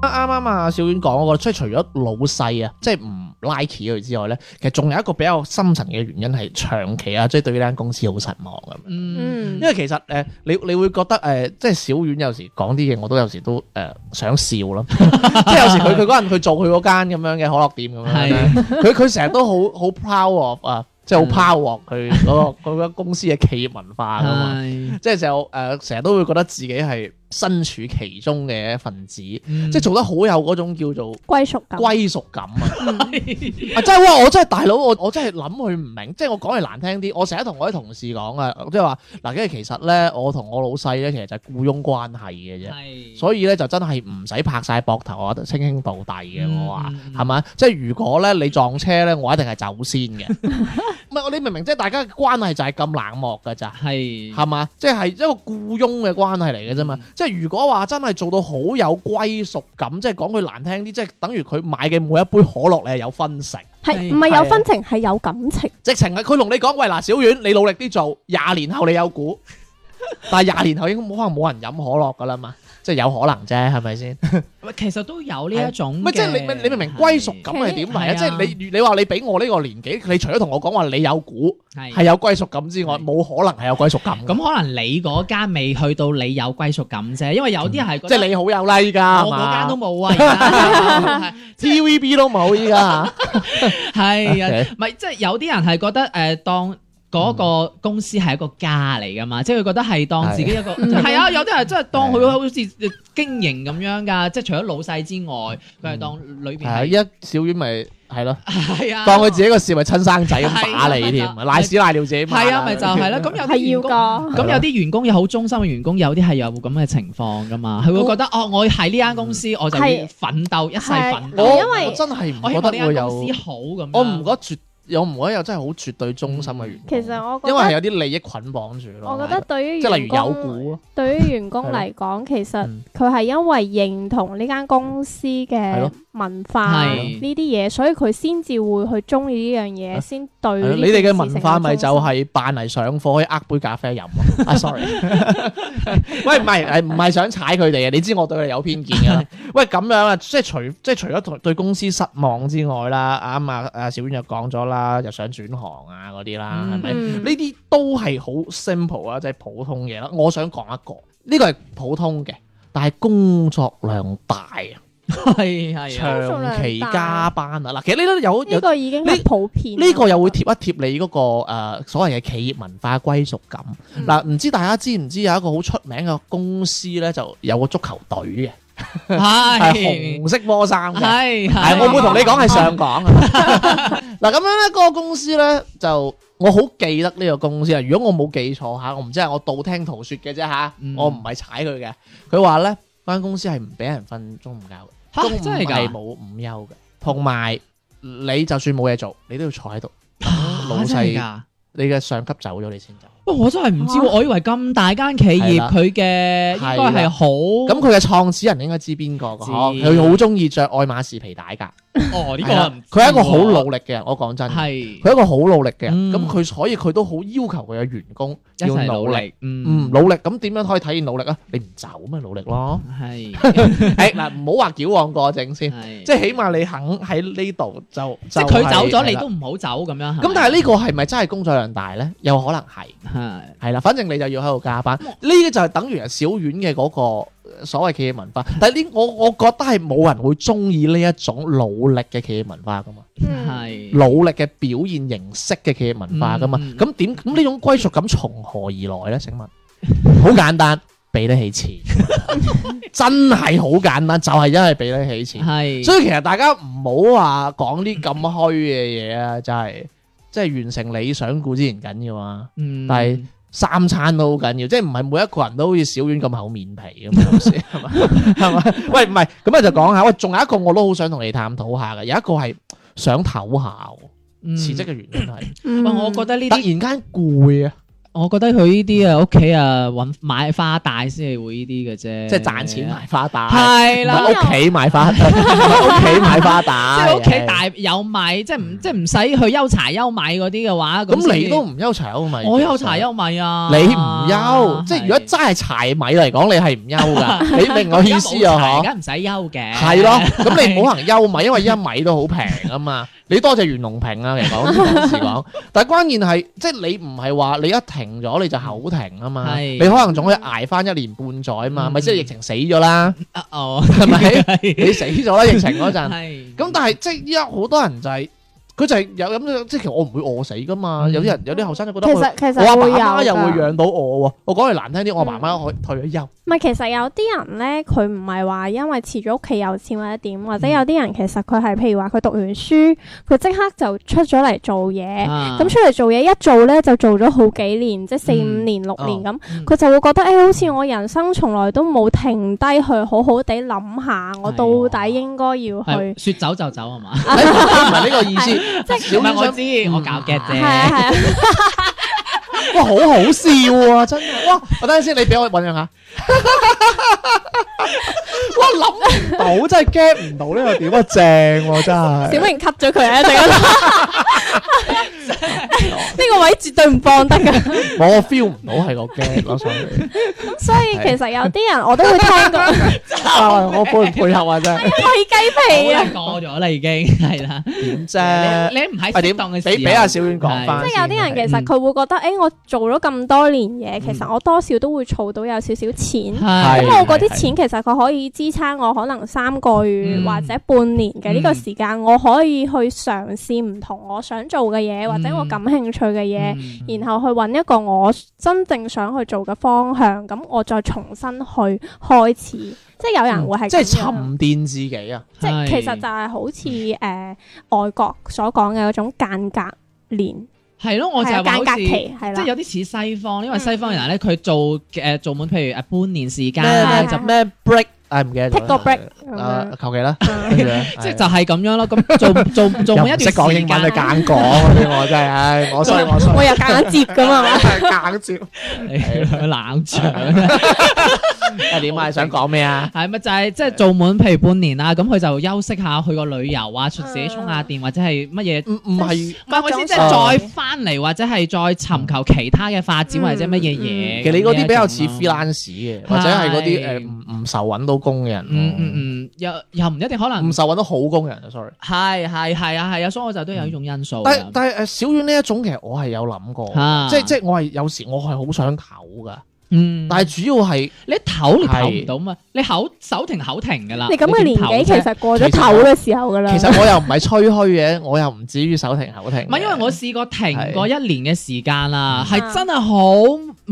[SPEAKER 1] 啱啱啊，小婉講嗰個，即係除咗老細啊，即係唔 like 佢之外咧，其實仲有一個比較深層嘅原因係長期啊，即係對呢間公司好失望咁樣。
[SPEAKER 3] 嗯
[SPEAKER 1] 因，為其實誒、呃你你會覺得誒、呃即係小婉有時講啲嘢，我都有時都誒、呃想笑咯。 (laughs) 即係有時佢佢嗰陣佢做佢嗰間咁樣嘅可樂店咁樣咧，佢佢成日都好好 proud of 啊，即係好 proud of 佢嗰、個佢間公司嘅企業文化噶嘛。
[SPEAKER 2] 係，
[SPEAKER 1] 即係就誒成日都會覺得自己係身處其中嘅一份子，
[SPEAKER 2] 即
[SPEAKER 1] 即係做得好有嗰種叫做
[SPEAKER 3] 歸屬感。
[SPEAKER 1] 歸屬感啊！
[SPEAKER 2] 嗯
[SPEAKER 1] (laughs) 啊真係哇！我真係大佬，我我真係諗佢唔明，即係我講嚟難聽啲，我成日同我啲同事講啊，即係話嗱，因為其實咧，我同我老細咧，其實就係僱傭關係嘅啫。
[SPEAKER 2] 係
[SPEAKER 1] 所以咧就真係唔使拍晒膊頭啊，稱兄道弟嘅我話
[SPEAKER 2] 嗯嗯嗯
[SPEAKER 1] 係咪？即係如果咧你撞車咧，我一定係走先嘅。
[SPEAKER 2] (laughs)
[SPEAKER 1] 唔係你明唔明？即係大家嘅關係就係咁冷漠㗎咋。
[SPEAKER 2] 係
[SPEAKER 1] 係嘛？即係一個僱傭嘅關係嚟嘅啫嘛。即係如果話真係做到好有歸屬感，即係講句難聽啲，即係等於佢買嘅每一杯可樂，你係有分成。
[SPEAKER 3] 係唔係有分情，係有感情。
[SPEAKER 1] 直情係佢同你講：喂嗱，小丸，你努力啲做，廿年後你有股。 (laughs) 但係廿年後應該冇可能冇人飲可樂噶啦嘛，即係有可能啫，係咪先？
[SPEAKER 2] 喂其實都有呢一種
[SPEAKER 1] 唔係即係你
[SPEAKER 2] 嘅
[SPEAKER 1] 明你明唔明歸屬感係點嚟啊？
[SPEAKER 2] 係
[SPEAKER 1] 即係你你話你俾我呢個年紀，你除咗同我講話你有股
[SPEAKER 2] 係
[SPEAKER 1] 係有歸屬感之外，
[SPEAKER 2] 係
[SPEAKER 1] 冇可能係有歸屬感㗎。
[SPEAKER 2] 咁可能你嗰間未去到你有歸屬感啫，因為有啲係覺
[SPEAKER 1] 即
[SPEAKER 2] 得
[SPEAKER 1] 係你好有 like 㗎，
[SPEAKER 2] 我
[SPEAKER 1] 係嘛
[SPEAKER 2] 嗰間都冇啊，而
[SPEAKER 1] (laughs)
[SPEAKER 2] 家
[SPEAKER 1] TVB 都冇依
[SPEAKER 2] (laughs)
[SPEAKER 1] 家。
[SPEAKER 2] 係啊
[SPEAKER 1] OK，
[SPEAKER 2] 唔係即係有啲人係覺得誒當。嗰
[SPEAKER 1] 嗯
[SPEAKER 2] 個公司係一個家嚟噶嘛，即係佢覺得係當自己一個
[SPEAKER 3] 嗯
[SPEAKER 2] 係啊，有啲人真係當佢
[SPEAKER 1] (laughs) 係
[SPEAKER 2] 好似呃經營咁樣噶，即係除咗老細之外，佢係當裏邊
[SPEAKER 1] 係啊，
[SPEAKER 2] 係
[SPEAKER 1] 依家小丸咪係咯，
[SPEAKER 2] 係啊，
[SPEAKER 1] 當佢自己個事咪親生仔咁打你
[SPEAKER 2] 係
[SPEAKER 1] 添，
[SPEAKER 2] 啊咪就
[SPEAKER 1] 賴屎賴尿自己抹
[SPEAKER 2] 係啊，咪就係啦。咁有啲
[SPEAKER 3] 係要
[SPEAKER 2] 員工
[SPEAKER 3] 㗎
[SPEAKER 1] 啊
[SPEAKER 2] 咁有啲員工有好忠心嘅員工，有啲係有咁嘅情況噶嘛，佢會覺得哦，我喺呢間公司，我就要
[SPEAKER 3] 係
[SPEAKER 2] 奮鬥一世
[SPEAKER 3] 係
[SPEAKER 2] 奮鬥
[SPEAKER 1] 我
[SPEAKER 3] 係因為
[SPEAKER 1] 嗯我真係唔
[SPEAKER 2] 我希
[SPEAKER 1] 覺
[SPEAKER 2] 望呢
[SPEAKER 1] 得會
[SPEAKER 2] 間
[SPEAKER 1] 有，
[SPEAKER 2] 公司好啊咁樣。
[SPEAKER 1] 我
[SPEAKER 2] (laughs)
[SPEAKER 1] 唔覺得絕，我唔覺得有真係好絕對忠心嘅員
[SPEAKER 3] 其
[SPEAKER 1] 工。
[SPEAKER 3] 實我覺
[SPEAKER 1] 因為係
[SPEAKER 3] 得，
[SPEAKER 1] 有啲利益捆綁住咯。
[SPEAKER 3] 我覺得對於
[SPEAKER 1] 即係例
[SPEAKER 3] 員
[SPEAKER 1] 如有
[SPEAKER 3] 工，
[SPEAKER 1] 股咯，啊
[SPEAKER 3] 對於員工嚟講，其實
[SPEAKER 1] 嗯
[SPEAKER 3] 佢係因為認同呢間公司
[SPEAKER 1] 係
[SPEAKER 3] 嘅
[SPEAKER 1] 咯
[SPEAKER 3] 文化
[SPEAKER 2] 係
[SPEAKER 3] 呢啲嘢，所以佢先至會去中意呢樣嘢，先對
[SPEAKER 1] 係
[SPEAKER 3] 呢
[SPEAKER 1] 咯你
[SPEAKER 3] 件
[SPEAKER 1] 哋嘅
[SPEAKER 3] 事
[SPEAKER 1] 文
[SPEAKER 3] 情
[SPEAKER 1] 化
[SPEAKER 3] 有
[SPEAKER 1] 咪就
[SPEAKER 3] 忠心
[SPEAKER 1] 係扮嚟上課，可以呃杯咖啡飲
[SPEAKER 3] (laughs)
[SPEAKER 1] 咯。啊，sorry，喂，唔係，誒唔係想踩佢哋嘅，你知我對佢哋有偏
[SPEAKER 3] (laughs)
[SPEAKER 1] 見㗎啦。喂，咁樣啊，即係除即係除咗對對公司失望之外啦，啱啊，阿小婉又講咗啦，又想轉行啊嗰啲啦，係咪？
[SPEAKER 3] 嗯
[SPEAKER 1] 呢啲都係好 simple 啊，即係普通嘢啦。我想講一個，呢個係普通嘅，但係工作量大啊，
[SPEAKER 2] 係係啊，
[SPEAKER 3] 作量
[SPEAKER 1] 長期
[SPEAKER 3] 大
[SPEAKER 1] 加班啊。嗱，其實呢度有有
[SPEAKER 3] 呢個已經
[SPEAKER 1] 呢
[SPEAKER 3] 係普遍
[SPEAKER 2] 啊
[SPEAKER 3] 啦。
[SPEAKER 1] 呢個又會貼一貼你嗰、個、呃、所謂嘅企業文化歸屬感。
[SPEAKER 2] 嗯
[SPEAKER 1] 嗱、唔知大家知唔知有一個好出名嘅公司咧，就有個足球隊嘅，係
[SPEAKER 2] 係
[SPEAKER 1] 紅色波衫嘅。
[SPEAKER 2] 係
[SPEAKER 1] 係，
[SPEAKER 2] 係，
[SPEAKER 1] 我冇同你講係上港啊。
[SPEAKER 2] (laughs)
[SPEAKER 1] (laughs) 嗱咁樣咧，嗰、個公司咧就我好記得呢個公司啊。如果我冇記錯嚇，我唔知係我道聽途說嘅啫嚇，
[SPEAKER 2] 嗯
[SPEAKER 1] 我唔係踩佢嘅。佢話咧間公司係唔俾人瞓中午覺嘅。
[SPEAKER 2] 嚇
[SPEAKER 1] 中午
[SPEAKER 2] (laughs) 真係
[SPEAKER 1] 係
[SPEAKER 2] 㗎
[SPEAKER 1] 冇午休嘅，同埋你就算冇嘢做，你都要坐喺度等老
[SPEAKER 2] 啊真係
[SPEAKER 1] 細，
[SPEAKER 2] 㗎
[SPEAKER 1] 你嘅上級走咗你先走。
[SPEAKER 2] 喂，我真係唔知喎，
[SPEAKER 3] 啊
[SPEAKER 2] 我以為咁大間企
[SPEAKER 1] 係
[SPEAKER 2] 業
[SPEAKER 1] 啦
[SPEAKER 2] 佢嘅應該係好
[SPEAKER 1] 咁佢嘅創始人應該知邊個㗎？
[SPEAKER 2] 知
[SPEAKER 1] 嗬佢好中意着愛馬仕皮帶㗎。
[SPEAKER 2] 哦呢
[SPEAKER 1] 係啦
[SPEAKER 2] 個
[SPEAKER 1] 佢係一個好努力嘅人，我講真，佢
[SPEAKER 2] 係
[SPEAKER 1] 係一個好努力嘅人。
[SPEAKER 2] 嗯
[SPEAKER 1] 咁佢所以佢都好要求佢嘅員工
[SPEAKER 2] 一
[SPEAKER 1] 要
[SPEAKER 2] 齊
[SPEAKER 1] 努
[SPEAKER 2] 努
[SPEAKER 1] 力。
[SPEAKER 2] 力，嗯
[SPEAKER 1] 嗯，努力咁點樣可以體現努力啊？你唔走咪努力
[SPEAKER 2] (laughs)
[SPEAKER 1] 咯。 (laughs)
[SPEAKER 2] 係
[SPEAKER 1] 誒嗱，唔好話矯枉過正先，
[SPEAKER 2] 係
[SPEAKER 1] 即係起碼你肯喺呢度就
[SPEAKER 2] 即
[SPEAKER 1] 就
[SPEAKER 2] 係佢
[SPEAKER 1] 係
[SPEAKER 2] 走
[SPEAKER 1] 係
[SPEAKER 2] 咗，你
[SPEAKER 1] 啦
[SPEAKER 2] 都唔好走咁樣。
[SPEAKER 1] 咁但係呢個係咪真係工作量大咧？有可能係，
[SPEAKER 2] 係
[SPEAKER 1] 係啦，反正你就要喺度加班。呢啲就係等於係小丸嘅嗰個呃所謂企業
[SPEAKER 2] (laughs)
[SPEAKER 1] 文化，但係呢，我我覺得係冇人會中意呢一種努力嘅企業文化噶嘛，
[SPEAKER 2] 嗯係
[SPEAKER 1] 努力嘅表現形式嘅企業文化噶嘛
[SPEAKER 2] 嗯，
[SPEAKER 1] 咁點咁呢種歸屬感從何而來呢？
[SPEAKER 2] (laughs)
[SPEAKER 1] 請問，好簡單，俾得起錢，真係好簡單，就係因為俾得起錢。
[SPEAKER 2] 係，
[SPEAKER 1] 所以其實大家唔好話講啲咁虛嘅嘢啊，真係即係完成理想固之然緊要啊，
[SPEAKER 2] 嗯
[SPEAKER 1] 但係三餐都好緊要，即係唔係每一個人都好似小丸咁厚面皮咁
[SPEAKER 2] (laughs)
[SPEAKER 1] 樣先係嘛？係嘛？喂，唔係咁啊，就講下喂，仲有一個我都好想同你探討下嘅，有一個係想唞下喎，
[SPEAKER 2] 嗯
[SPEAKER 1] 辭職嘅原因
[SPEAKER 2] (laughs)
[SPEAKER 1] 係
[SPEAKER 3] 嗯
[SPEAKER 2] 喂，我覺得呢
[SPEAKER 1] 突
[SPEAKER 2] 啲，
[SPEAKER 1] 然間攰啊，
[SPEAKER 2] 我覺得佢呢啲啊，屋企啊揾買花帶先係會呢啲嘅
[SPEAKER 1] (laughs)
[SPEAKER 2] 啫，
[SPEAKER 1] 即係賺錢買花帶，
[SPEAKER 2] 係
[SPEAKER 1] 唔
[SPEAKER 2] 啦。
[SPEAKER 1] 係屋企買
[SPEAKER 2] (laughs)
[SPEAKER 1] 花，唔係屋企買花
[SPEAKER 2] 即係
[SPEAKER 1] 帶，
[SPEAKER 2] 屋企大有米，即係唔即係唔使去憂柴憂米嗰啲嘅話，
[SPEAKER 1] 咁
[SPEAKER 2] 先
[SPEAKER 1] 你
[SPEAKER 2] 至
[SPEAKER 1] 都唔憂柴啊嘛？
[SPEAKER 2] 我憂柴憂米啊！
[SPEAKER 1] 你唔憂，即係如果
[SPEAKER 2] 係
[SPEAKER 1] 真係柴米嚟講，你係唔憂噶。
[SPEAKER 2] (laughs)
[SPEAKER 1] 你明我意思啊？
[SPEAKER 2] 而
[SPEAKER 1] 嗬？
[SPEAKER 2] 家冇柴梗係唔使憂嘅。
[SPEAKER 1] 係
[SPEAKER 2] (laughs)
[SPEAKER 1] 咯，咁你唔好行憂米，因為依家米都好平啊嘛。你多謝袁隆平啊，其實講講時講， (laughs) 但係關鍵係即係你唔係話你一停咗你就口停啊嘛。
[SPEAKER 2] 係嗯
[SPEAKER 1] 你可能仲可以捱翻一年半載啊嘛，咪即係疫情死咗
[SPEAKER 2] (laughs)
[SPEAKER 1] 啦，
[SPEAKER 2] 啊哦，
[SPEAKER 1] 係咪？你死咗啦，疫情嗰陣。
[SPEAKER 2] 係
[SPEAKER 1] 咁但係即係依家好多人就係佢就係有咁即係其實我唔會餓死噶嘛。
[SPEAKER 2] 嗯
[SPEAKER 1] 有啲人有啲後生就覺得
[SPEAKER 3] 其
[SPEAKER 1] 我
[SPEAKER 3] 實其
[SPEAKER 1] 我阿
[SPEAKER 3] 實會
[SPEAKER 1] 爸媽
[SPEAKER 3] 有
[SPEAKER 1] 又會
[SPEAKER 3] 㗎
[SPEAKER 1] 養到我喎。我講句難聽啲，我媽媽可以
[SPEAKER 2] 嗯
[SPEAKER 1] 退咗休， (laughs)
[SPEAKER 3] 唔係，其實有啲人咧，佢唔係話因為辭咗屋企有錢或者點，或者有啲人其實佢係譬如話佢讀完書，佢即刻就出咗嚟做嘢，咁、
[SPEAKER 2] 啊
[SPEAKER 3] 出嚟做嘢一做咧就做咗好幾年，即係四五
[SPEAKER 2] 嗯
[SPEAKER 3] 年、六
[SPEAKER 1] 哦
[SPEAKER 3] 年咁，
[SPEAKER 2] 嗯
[SPEAKER 3] 佢、就會覺得誒、欸好似我人生從來都冇停低去好好地諗下，我
[SPEAKER 2] 係
[SPEAKER 3] 到底應該要去
[SPEAKER 2] 係說走就走係嘛？
[SPEAKER 1] 哎唔係呢個意思。
[SPEAKER 2] 即係
[SPEAKER 1] 小
[SPEAKER 2] 唔係我
[SPEAKER 1] 丸
[SPEAKER 2] 知
[SPEAKER 1] 子，
[SPEAKER 2] 我搞嘅
[SPEAKER 3] 係啊係啊，
[SPEAKER 2] 啫。
[SPEAKER 1] 哇，好好笑啊！真係，哇！我等陣先，你俾我醖釀下。 (laughs) 哇，諗唔到，真係 get 唔到呢個點啊！正喎，真係
[SPEAKER 3] 小。明 cut 咗佢啊！陣間呢個位絕對唔放得㗎。
[SPEAKER 1] 我 feel 唔到係個 get 咯，所以
[SPEAKER 3] 所以其實有啲人我都會聽過
[SPEAKER 1] 啊我配唔配合啊？真係
[SPEAKER 3] 喂雞皮啊！
[SPEAKER 2] 好啦過咗啦，已經係啦。
[SPEAKER 1] (laughs) 點啫？
[SPEAKER 2] 你你唔喺
[SPEAKER 1] 係
[SPEAKER 2] 適
[SPEAKER 1] 點
[SPEAKER 2] 當嘅時候
[SPEAKER 1] 俾俾阿小婉講翻
[SPEAKER 3] 即
[SPEAKER 1] 先。嗯
[SPEAKER 3] 係有啲人其實
[SPEAKER 2] 嗯
[SPEAKER 3] 佢會覺得，誒、我做咗咁多年嘢，其實我多少都會儲到有少少錢。咁
[SPEAKER 1] 係
[SPEAKER 3] 我嗰啲錢其實佢可以支撐我可能三個月
[SPEAKER 2] 嗯
[SPEAKER 3] 或者半年嘅
[SPEAKER 1] 嗯
[SPEAKER 3] 呢個時間，我可以去嘗試唔同我想做嘅嘢，
[SPEAKER 1] 嗯
[SPEAKER 3] 或者我感興趣嘅嘢，
[SPEAKER 2] 嗯
[SPEAKER 3] 然後去揾一個我真正想去做嘅方向，咁我再重新去開始。即係有人會係
[SPEAKER 1] 嗯即係
[SPEAKER 3] 咁樣
[SPEAKER 1] 沉澱自己啊！
[SPEAKER 3] 即係其實
[SPEAKER 2] 係
[SPEAKER 3] 就係好似誒、呃外國所講嘅嗰種間隔年，
[SPEAKER 2] 係咯，我哦就
[SPEAKER 3] 係啊
[SPEAKER 2] 係話
[SPEAKER 3] 間
[SPEAKER 2] 好
[SPEAKER 3] 隔
[SPEAKER 2] 似
[SPEAKER 3] 期係
[SPEAKER 2] 即
[SPEAKER 3] 啦
[SPEAKER 2] 係。有啲似西方，因為西方人咧佢做誒做滿，譬如誒半年時間
[SPEAKER 1] 咩
[SPEAKER 2] 啦
[SPEAKER 1] 咩
[SPEAKER 3] 係
[SPEAKER 2] 就
[SPEAKER 1] 就咩 break，啊唔記得咗
[SPEAKER 3] take 個 break 咁
[SPEAKER 1] 啊
[SPEAKER 3] 樣，
[SPEAKER 1] 求其啦，
[SPEAKER 3] 嗯
[SPEAKER 1] (laughs) 跟住咧
[SPEAKER 2] 即係就係咁樣咯。咁做
[SPEAKER 1] (laughs)
[SPEAKER 2] 做做
[SPEAKER 1] 啊又
[SPEAKER 2] 滿
[SPEAKER 1] 唔
[SPEAKER 2] 一段
[SPEAKER 1] 識講
[SPEAKER 2] 時
[SPEAKER 1] 英文就
[SPEAKER 2] 間，
[SPEAKER 1] 揀講嗰啲，我真係，唉，我衰我衰， (laughs)
[SPEAKER 3] 我又夾硬接咁嘛，
[SPEAKER 1] 係硬接。 (laughs)
[SPEAKER 2] 係冷場。
[SPEAKER 1] 啊係點啊？你想講咩啊？
[SPEAKER 2] 係咪就係即係做滿譬如半年啦，咁佢就休息下，去個旅遊啊，自己充下電或者係乜嘢。
[SPEAKER 1] 唔唔係，
[SPEAKER 2] 唔
[SPEAKER 3] 啊
[SPEAKER 2] 係我先即
[SPEAKER 3] 各
[SPEAKER 1] 種
[SPEAKER 2] 係再翻嚟，或者係再尋求其他嘅發展
[SPEAKER 3] 嗯
[SPEAKER 2] 或者乜嘢
[SPEAKER 3] 嗯
[SPEAKER 2] 嘢。
[SPEAKER 1] 其實你嗰啲比較似
[SPEAKER 2] 呢一種咯
[SPEAKER 1] freelance 嘅，或者係嗰啲
[SPEAKER 2] 係
[SPEAKER 1] 誒唔唔受揾到工嘅人咯，
[SPEAKER 2] 嗯嗯嗯，又又唔一定可能
[SPEAKER 1] 唔。受揾到好工嘅人啊，sorry。
[SPEAKER 2] 係係係啊係啊，所以我就都有呢種因素啊㗎。
[SPEAKER 1] 但係但係誒小遠呢一種其實我係有諗過，
[SPEAKER 2] 啊
[SPEAKER 1] 即係即係我係有時我係好想唞噶，
[SPEAKER 2] 嗯，
[SPEAKER 1] 但係主要係
[SPEAKER 2] 你唞你唞
[SPEAKER 1] 係
[SPEAKER 2] 唔到嘛？你口手停口停㗎啦。
[SPEAKER 3] 你咁嘅年紀其
[SPEAKER 2] 點唞啫
[SPEAKER 3] 實過咗頭嘅時候噶啦。
[SPEAKER 1] 其實我又唔係吹噓嘅，我又唔至於手停口停嘅。
[SPEAKER 2] 嗯唔係，因為我試過停過一年嘅時間啦，
[SPEAKER 3] 係啊
[SPEAKER 2] 係真係好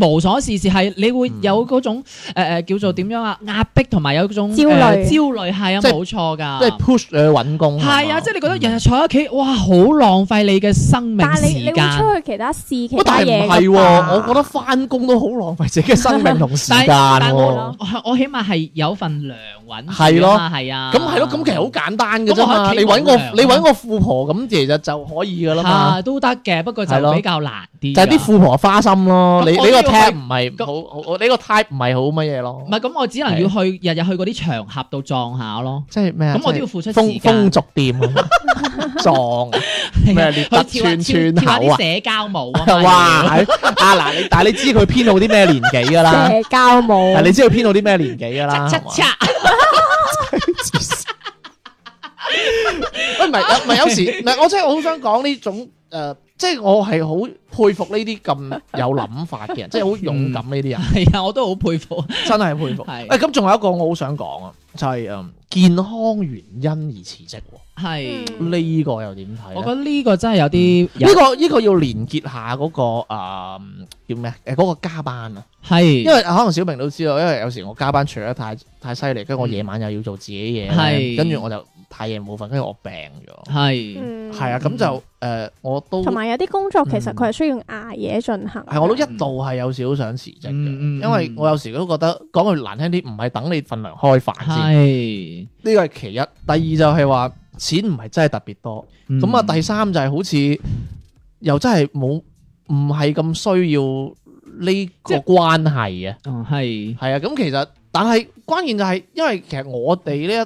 [SPEAKER 2] 無所事事，係你
[SPEAKER 1] 嗯
[SPEAKER 2] 會有嗰種誒誒叫做點樣啊壓迫同埋有嗰種
[SPEAKER 3] 焦慮
[SPEAKER 2] 呃焦慮係啊
[SPEAKER 1] 即係
[SPEAKER 2] 冇錯
[SPEAKER 1] 即係
[SPEAKER 2] 㗎，
[SPEAKER 1] push 你去揾工嘛。嗯
[SPEAKER 2] 係啊，即係你覺得日日坐喺屋企，哇好浪費你嘅生命
[SPEAKER 3] 但係
[SPEAKER 2] 時
[SPEAKER 3] 你你會
[SPEAKER 2] 間。
[SPEAKER 3] 出去其他試其
[SPEAKER 1] 喂
[SPEAKER 3] 他
[SPEAKER 1] 但係
[SPEAKER 3] 嘢
[SPEAKER 1] 唔係
[SPEAKER 3] 㗎嘛
[SPEAKER 1] 喎，我覺得翻工都好浪費自己嘅生命同時間
[SPEAKER 2] 但係 (laughs) 但係
[SPEAKER 1] 喎
[SPEAKER 2] 我。我我起碼係有份糧揾住
[SPEAKER 1] 係咯
[SPEAKER 2] 啊嘛，係啊，
[SPEAKER 1] 咁係咯，咁其實好簡單嘅啫
[SPEAKER 2] 咁我
[SPEAKER 1] 嘛。
[SPEAKER 2] 喺屋
[SPEAKER 1] 你
[SPEAKER 2] 企
[SPEAKER 1] 揾個
[SPEAKER 2] 冇糧啊
[SPEAKER 1] 你揾個富婆咁，其實就可以噶啦嘛。
[SPEAKER 2] 啊都得嘅，不過
[SPEAKER 1] 係
[SPEAKER 2] 就
[SPEAKER 1] 咯
[SPEAKER 2] 比較難啲㗎。啊
[SPEAKER 1] 就係啲富婆花心咯。
[SPEAKER 2] 咁
[SPEAKER 1] 你你
[SPEAKER 2] 我都要
[SPEAKER 1] 個
[SPEAKER 2] 去
[SPEAKER 1] type 唔係
[SPEAKER 2] 咁
[SPEAKER 1] 好好，你個 type 唔係好乜嘢咯
[SPEAKER 2] 唔。係咁，我只能要去日日去嗰啲場合度撞下咯。
[SPEAKER 1] 即係咩啊？
[SPEAKER 2] 咁我都要
[SPEAKER 1] 即係
[SPEAKER 2] 付出時
[SPEAKER 1] 風
[SPEAKER 2] 間啊
[SPEAKER 1] 風俗店啊嘛
[SPEAKER 2] (laughs)
[SPEAKER 1] 撞咩啊
[SPEAKER 2] 去
[SPEAKER 1] 列德
[SPEAKER 2] 跳下
[SPEAKER 1] 串
[SPEAKER 2] 跳
[SPEAKER 1] 串
[SPEAKER 2] 跳下
[SPEAKER 1] 口 (laughs) 啊！
[SPEAKER 2] 啲社交舞啊嘛，
[SPEAKER 1] 哇！係啊嗱，你但係你知佢偏好啲咩年紀㗎
[SPEAKER 2] (laughs)
[SPEAKER 1] 啦？啊
[SPEAKER 3] 社交舞
[SPEAKER 1] 但係你知佢偏好啲咩年紀㗎 (laughs) 啦？
[SPEAKER 2] 七
[SPEAKER 1] 係嘛
[SPEAKER 2] (laughs) 七
[SPEAKER 1] (laughs) 喂，唔係，有唔係有時，唔係我真係好想講呢種誒、呃即係我係好佩服呢啲咁有諗法嘅人，即係好勇敢呢啲人，
[SPEAKER 2] 系啊，我都好佩服。
[SPEAKER 1] 真係佩服。
[SPEAKER 2] 係
[SPEAKER 1] 誒咁仲有一個我好想講啊，就係嗯健康原因而辭職喎，
[SPEAKER 2] 系，
[SPEAKER 3] 嗯
[SPEAKER 1] 呢個又點睇
[SPEAKER 2] 我覺
[SPEAKER 1] 咧？
[SPEAKER 2] 得呢個真係有啲有
[SPEAKER 1] 呢個呢個要連結下嗰個誒叫咩誒嗰個加班啊，
[SPEAKER 2] 係
[SPEAKER 1] 因為可能小明都知道，因為有時我加班除得太太犀利，跟住我夜晚又要做自己嘢呢，
[SPEAKER 2] 係
[SPEAKER 1] 跟住我就太夜冇瞓，跟住我病咗，
[SPEAKER 2] 係
[SPEAKER 3] 嗯
[SPEAKER 1] 係啊，咁就誒我都
[SPEAKER 3] 同埋有啲工作其實佢係需要捱夜進行。啊
[SPEAKER 1] 係，我都一度係有少少想辭職嘅，
[SPEAKER 2] 嗯嗯嗯
[SPEAKER 1] 因為我有時都覺得講句難聽啲，唔係等你份糧開飯先，
[SPEAKER 2] 係
[SPEAKER 1] 呢個係其一。第二就係話錢唔係真係特別多，
[SPEAKER 2] 嗯
[SPEAKER 1] 咁啊、第三就係好似又真係冇，唔係咁需要呢個關係嘅，
[SPEAKER 2] 嗯係
[SPEAKER 1] 係啊。咁其實但係關鍵就係、因為其實我哋呢一代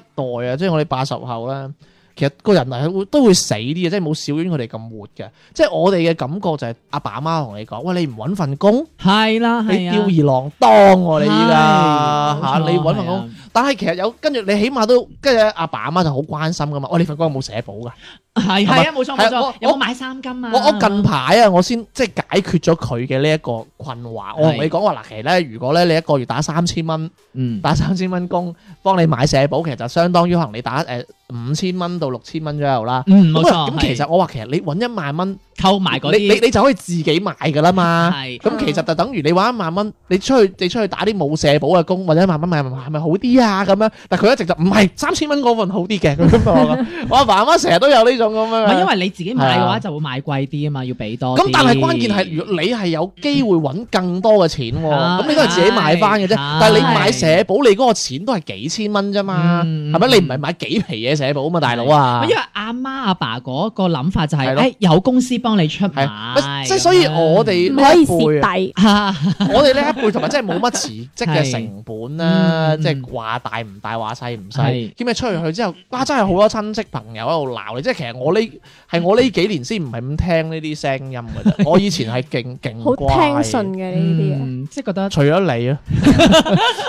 [SPEAKER 1] 啊，即係我哋八十後咧。其實個人係會都會死啲嘅，即係冇小丸佢哋咁活嘅。即係我哋嘅感覺就係阿爸阿媽同你講：，喂，你唔揾份工，
[SPEAKER 2] 係啦，
[SPEAKER 1] 你
[SPEAKER 2] 係啊
[SPEAKER 1] 吊兒郎當喎、你依家
[SPEAKER 2] 係啊
[SPEAKER 1] 嚇
[SPEAKER 2] 冇錯
[SPEAKER 1] 你揾份工，但係其實有跟住你起碼都跟住阿爸阿媽就好關心噶嘛。我你份工有冇社保㗎？
[SPEAKER 2] 係係啊，冇
[SPEAKER 1] 係
[SPEAKER 2] 錯冇
[SPEAKER 1] 啊我
[SPEAKER 2] 錯，有
[SPEAKER 1] 我
[SPEAKER 2] 冇買三金啊？
[SPEAKER 1] 我我近排啊，我先即係解決咗佢嘅呢一個困惑。我同你講話嗱，其實咧，如果咧你一個月打三千蚊，
[SPEAKER 2] 嗯
[SPEAKER 1] 打三千蚊工，幫你買社保，其實就相當於可能你打誒五千蚊到六千蚊左右啦。
[SPEAKER 2] 嗯冇
[SPEAKER 1] 咁啊
[SPEAKER 2] 錯，
[SPEAKER 1] 咁其實
[SPEAKER 2] 係
[SPEAKER 1] 我話其實你揾一萬蚊，
[SPEAKER 2] 購埋嗰
[SPEAKER 1] 你你
[SPEAKER 2] 啲
[SPEAKER 1] 你就可以自己買㗎啦嘛。
[SPEAKER 2] 係
[SPEAKER 1] 咁其實就等於你玩一萬蚊，你出去你出去打啲冇社保嘅工，或者一萬蚊買係咪好啲啊咁樣？但佢一直就唔係三千蚊嗰份好啲嘅咁樣我話
[SPEAKER 2] (laughs)
[SPEAKER 1] 我阿爸阿媽成日都有呢種咁
[SPEAKER 2] 唔
[SPEAKER 1] 樣
[SPEAKER 2] 係因
[SPEAKER 1] 嘅。
[SPEAKER 2] 為你自己買嘅
[SPEAKER 1] 係啊
[SPEAKER 2] 話就會買貴啲啊嘛，要俾多啲。
[SPEAKER 1] 咁但係關鍵係，如果你係有機會揾更多嘅錢喎，
[SPEAKER 2] 啊
[SPEAKER 1] 咁你都係自己買翻嘅啫
[SPEAKER 2] 係。
[SPEAKER 1] 但係你買社保，你嗰個錢都係幾千蚊啫嘛，
[SPEAKER 2] 嗯
[SPEAKER 1] 係咪？你唔係買幾皮嘢社保啊嘛，大佬啊
[SPEAKER 2] 因！為阿媽阿爸嗰個諗法就
[SPEAKER 1] 係
[SPEAKER 2] 係，
[SPEAKER 1] 咯
[SPEAKER 2] 誒有公司幫你出
[SPEAKER 1] 係
[SPEAKER 2] 買，
[SPEAKER 1] 即係所以我
[SPEAKER 2] (laughs)
[SPEAKER 1] 哋
[SPEAKER 3] 唔
[SPEAKER 1] 呢
[SPEAKER 3] 可
[SPEAKER 1] 一
[SPEAKER 3] 以
[SPEAKER 1] 輩啊
[SPEAKER 3] 蝕底。
[SPEAKER 2] 嚇
[SPEAKER 1] 我哋呢一輩同埋真係冇乜辭職嘅成本啦，
[SPEAKER 2] 係嗯
[SPEAKER 1] 即係話大唔大，話細唔細。
[SPEAKER 2] 係
[SPEAKER 1] 兼且出去之後，哇！真係好多親戚朋友喺度鬧你，即係其實我呢係我呢幾年先唔係咁聽呢啲聲音嘅啫。我以前係勁
[SPEAKER 3] 好
[SPEAKER 1] 勁乖，
[SPEAKER 3] 聽信嘅呢
[SPEAKER 2] 嗯即係覺得
[SPEAKER 1] 除咗你啊，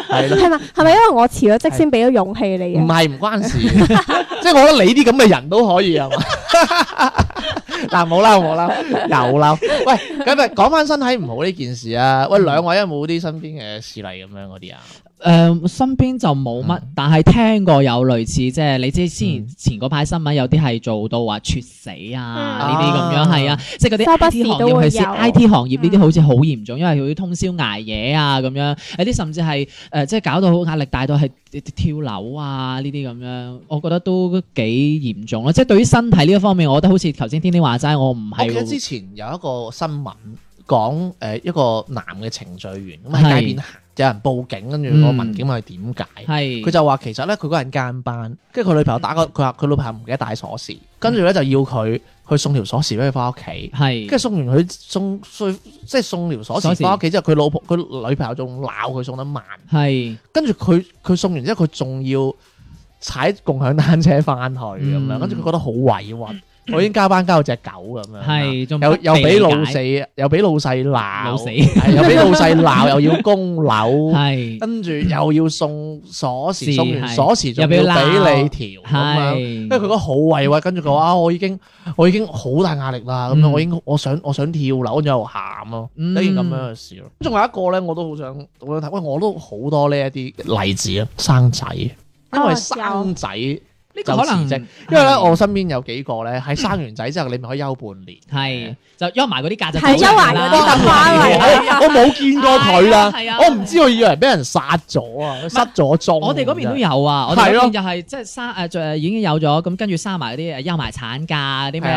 [SPEAKER 1] 係
[SPEAKER 3] 啲嘢，
[SPEAKER 1] 啦
[SPEAKER 3] (laughs) 係啊咪係咪因為我辭咗職先俾咗勇氣你
[SPEAKER 1] 嗯唔
[SPEAKER 3] 啊？
[SPEAKER 1] 係唔關事， (laughs) 即係我覺得你啲咁嘅人都可以係嘛？ (laughs) 嗱，冇嬲冇嬲，又嬲。喂，咁咪啊講翻身體唔好呢件事啊！喂，兩位有冇啲身邊嘅事例咁樣嗰啲啊？
[SPEAKER 2] 誒呃身邊就冇乜，但係聽過有類似即係你知
[SPEAKER 1] 嗯
[SPEAKER 2] 前前嗰排新聞有啲係做到話猝死啊呢啲咁樣係
[SPEAKER 1] 啊
[SPEAKER 2] 啊，即係嗰
[SPEAKER 3] 周不
[SPEAKER 2] 啲 I T
[SPEAKER 3] 時
[SPEAKER 2] 行
[SPEAKER 3] 都會
[SPEAKER 2] 業係
[SPEAKER 3] 有
[SPEAKER 2] I T 行業呢啲
[SPEAKER 3] 嗯
[SPEAKER 2] 好似好嚴重，因為佢要通宵捱夜啊咁樣，有啲甚至係誒即係搞到好壓力大到係跳樓啊呢啲咁樣，我覺得都幾嚴重啊咯。即係對於身體呢一方面，我覺得好似頭先天天話齋，我唔
[SPEAKER 1] 我記得
[SPEAKER 2] 係
[SPEAKER 1] 之前有一個新聞講呃誒一個男嘅程序員咁喺街邊行，有人報警，跟住個
[SPEAKER 2] 嗯
[SPEAKER 1] 民警問佢點解，
[SPEAKER 2] 係
[SPEAKER 1] 佢就話其實咧佢嗰人間班，跟住佢女朋友打個
[SPEAKER 2] 嗯
[SPEAKER 1] 佢話佢女朋友唔記得帶鎖匙，跟住咧就要佢去送條鎖匙俾佢翻屋企。
[SPEAKER 2] 係
[SPEAKER 1] 跟住送完佢送送即係送條鎖匙
[SPEAKER 2] 鎖匙
[SPEAKER 1] 翻屋企之後，佢老婆佢女朋友仲鬧佢送得慢，
[SPEAKER 2] 係
[SPEAKER 1] 跟住佢佢送完之後，佢仲要踩共享單車翻去咁樣，
[SPEAKER 2] 嗯
[SPEAKER 1] 跟住佢覺得好委屈。我已經加班加到只狗咁樣，
[SPEAKER 2] 係仲
[SPEAKER 1] 又
[SPEAKER 2] 不
[SPEAKER 1] 又
[SPEAKER 2] 被
[SPEAKER 1] 嗯俾
[SPEAKER 2] 理
[SPEAKER 1] 老
[SPEAKER 2] 解
[SPEAKER 1] 細，又俾老細
[SPEAKER 2] 老
[SPEAKER 1] 鬧，
[SPEAKER 2] 死
[SPEAKER 1] 係又俾老細
[SPEAKER 2] (laughs)
[SPEAKER 1] 鬧，又要供樓，
[SPEAKER 2] 係
[SPEAKER 1] 跟住又要送鎖匙，
[SPEAKER 2] 是
[SPEAKER 1] 送完
[SPEAKER 2] 係
[SPEAKER 1] 鎖匙仲要
[SPEAKER 2] 又俾佢鬧
[SPEAKER 1] 俾你條咁樣。
[SPEAKER 2] 係，
[SPEAKER 1] 啊跟住佢覺得好委屈，跟住佢話啊，我已經我已經好大壓力啦，咁樣
[SPEAKER 2] 嗯
[SPEAKER 1] 我已經我想我想跳樓，跟住又喊咯，
[SPEAKER 2] 嗯
[SPEAKER 1] 一件咁樣嘅事咯。仲有一個咧，我都好想好想睇，喂，我都好多呢一啲例子啊，生仔，因為
[SPEAKER 3] 哦
[SPEAKER 1] 生仔，因
[SPEAKER 2] 呢個可能
[SPEAKER 1] 就辭職為咧我身邊有幾個咧，係生完仔之後你咪可以休半年。
[SPEAKER 2] 係就休埋嗰啲價值，
[SPEAKER 3] 係休埋嗰啲就翻嚟啦
[SPEAKER 1] 我冇見過佢啦
[SPEAKER 2] 係啊係啊，
[SPEAKER 1] 我唔知佢以為俾人殺咗啊，失咗蹤。
[SPEAKER 2] 我哋嗰邊都有啊，我
[SPEAKER 1] 係
[SPEAKER 2] 哋
[SPEAKER 1] 咯
[SPEAKER 2] 嗰邊就係即係生誒就已經有咗，咁跟住生埋嗰啲誒休埋產假
[SPEAKER 1] 係啊
[SPEAKER 2] 啲咩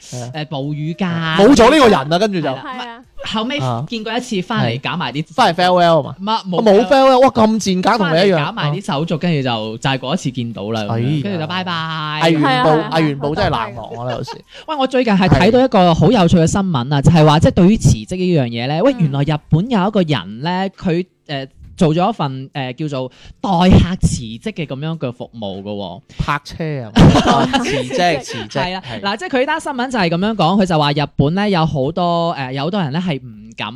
[SPEAKER 1] 係啊
[SPEAKER 2] 誒誒哺乳假，
[SPEAKER 1] 冇咗呢個人啦，跟住就
[SPEAKER 2] 係啦
[SPEAKER 3] 係啊，
[SPEAKER 2] 後尾
[SPEAKER 1] 啊
[SPEAKER 2] 見過一次翻嚟
[SPEAKER 1] 係
[SPEAKER 2] 搞埋啲
[SPEAKER 1] 翻嚟 farewell 啊嘛，
[SPEAKER 2] 乜
[SPEAKER 1] 我
[SPEAKER 2] 冇
[SPEAKER 1] 冇 farewell，哇咁賤格同你一樣。啊
[SPEAKER 2] 搞埋啲手續，跟住就就係嗰一次見到啦，咁
[SPEAKER 1] 哎呀
[SPEAKER 2] 樣跟住就拜拜。
[SPEAKER 1] 藝
[SPEAKER 3] 係
[SPEAKER 1] 員
[SPEAKER 3] 啊
[SPEAKER 1] 部
[SPEAKER 3] 係啊
[SPEAKER 1] 藝員部真係冷漠我啦，
[SPEAKER 2] (laughs)
[SPEAKER 1] 有時
[SPEAKER 2] 喂，我最近係睇到一個好有趣嘅新聞啊，就係話即係對於辭職呢樣嘢咧，喂，
[SPEAKER 3] 嗯
[SPEAKER 2] 原來日本有一個人咧，佢誒、呃做咗一份誒、呃叫做代客辭職嘅咁樣嘅服務嘅喎、
[SPEAKER 1] 泊車啊，辭職辭職
[SPEAKER 2] 係啦，嗱，即係佢呢單新聞就係咁樣講，佢就話日本咧有好多誒、呃有好多人咧係唔敢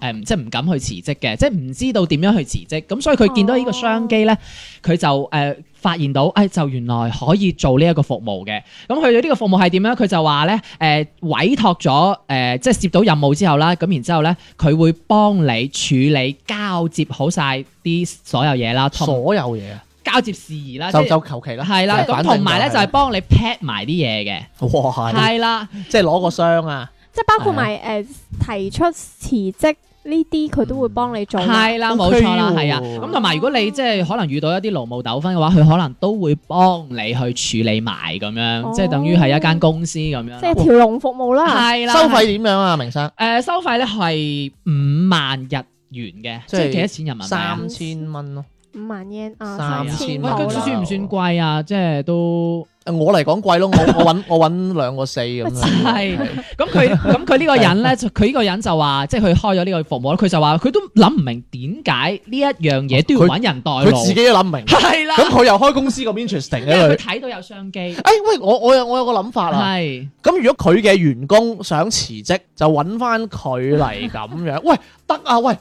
[SPEAKER 2] 诶、即係唔敢去辭職嘅，即係唔知道點樣去辭職。咁所以佢見到呢個商機咧，佢就诶、呃、發現到，诶、就原來可以做呢一個服務嘅。咁佢哋呢個服務係點樣？佢就話咧，誒、委託咗誒、即係接到任務之後啦，咁然之後咧，佢會幫你處理交接好晒啲所有嘢啦，同
[SPEAKER 1] 所有嘢啊
[SPEAKER 2] 交接事宜啦，即
[SPEAKER 1] 就
[SPEAKER 2] 係
[SPEAKER 1] 就求其啦，
[SPEAKER 2] 係
[SPEAKER 1] 即
[SPEAKER 2] 啦，
[SPEAKER 1] 係
[SPEAKER 2] 咁
[SPEAKER 1] 反正
[SPEAKER 2] 同埋咧就係
[SPEAKER 1] 係
[SPEAKER 2] 幫你 pack 埋啲嘢
[SPEAKER 1] 哇
[SPEAKER 2] 嘅，，係啦，
[SPEAKER 1] 係即係攞個箱啊，
[SPEAKER 3] 即係包括埋誒提出辭職呢啲，佢都會幫你做。
[SPEAKER 2] 係啦，冇
[SPEAKER 1] OK
[SPEAKER 2] 錯啦，
[SPEAKER 1] 喎
[SPEAKER 2] 係啊。咁同埋如果你即係可能遇到一啲勞務糾紛嘅話，佢可能都會幫你去處理埋咁樣，即係等於係一間公司咁樣。
[SPEAKER 3] 即係條龍服務啦。
[SPEAKER 2] 係啦，
[SPEAKER 1] 收費點樣啊，明生？
[SPEAKER 2] 誒、收費咧係五萬日元嘅，
[SPEAKER 1] 即
[SPEAKER 2] 即
[SPEAKER 1] 係
[SPEAKER 2] 係幾多錢人民幣啊？
[SPEAKER 1] 三千蚊咯，
[SPEAKER 3] 五萬 yen 啊，
[SPEAKER 1] 三
[SPEAKER 3] 三
[SPEAKER 1] 千
[SPEAKER 3] 千
[SPEAKER 2] 喂，
[SPEAKER 1] 蚊
[SPEAKER 3] 到
[SPEAKER 2] 佢
[SPEAKER 1] 啦
[SPEAKER 3] 啦。
[SPEAKER 2] 算唔算貴啊？即係都
[SPEAKER 1] 我嚟講貴咯，我我揾我揾兩個四咁
[SPEAKER 2] (laughs)
[SPEAKER 1] 樣。
[SPEAKER 2] 係咁佢
[SPEAKER 1] (laughs)
[SPEAKER 2] 咁佢呢個人咧，就佢呢個人就話，即係佢開咗呢個服務咧，佢就話佢都諗唔明點解呢一樣嘢都要揾人代
[SPEAKER 1] 佢
[SPEAKER 2] 勞，
[SPEAKER 1] 自己都諗唔明，
[SPEAKER 2] 係 (laughs) 啦，
[SPEAKER 1] 咁佢又開公司咁 interesting
[SPEAKER 2] 因
[SPEAKER 1] 嘅
[SPEAKER 2] 為佢
[SPEAKER 1] 佢。
[SPEAKER 2] 睇到有商機，
[SPEAKER 1] 哎喂，我我有我有個諗法啦。
[SPEAKER 2] 係
[SPEAKER 1] 咁如果佢嘅員工想辭職，就揾翻佢嚟咁樣。喂，得啊，喂，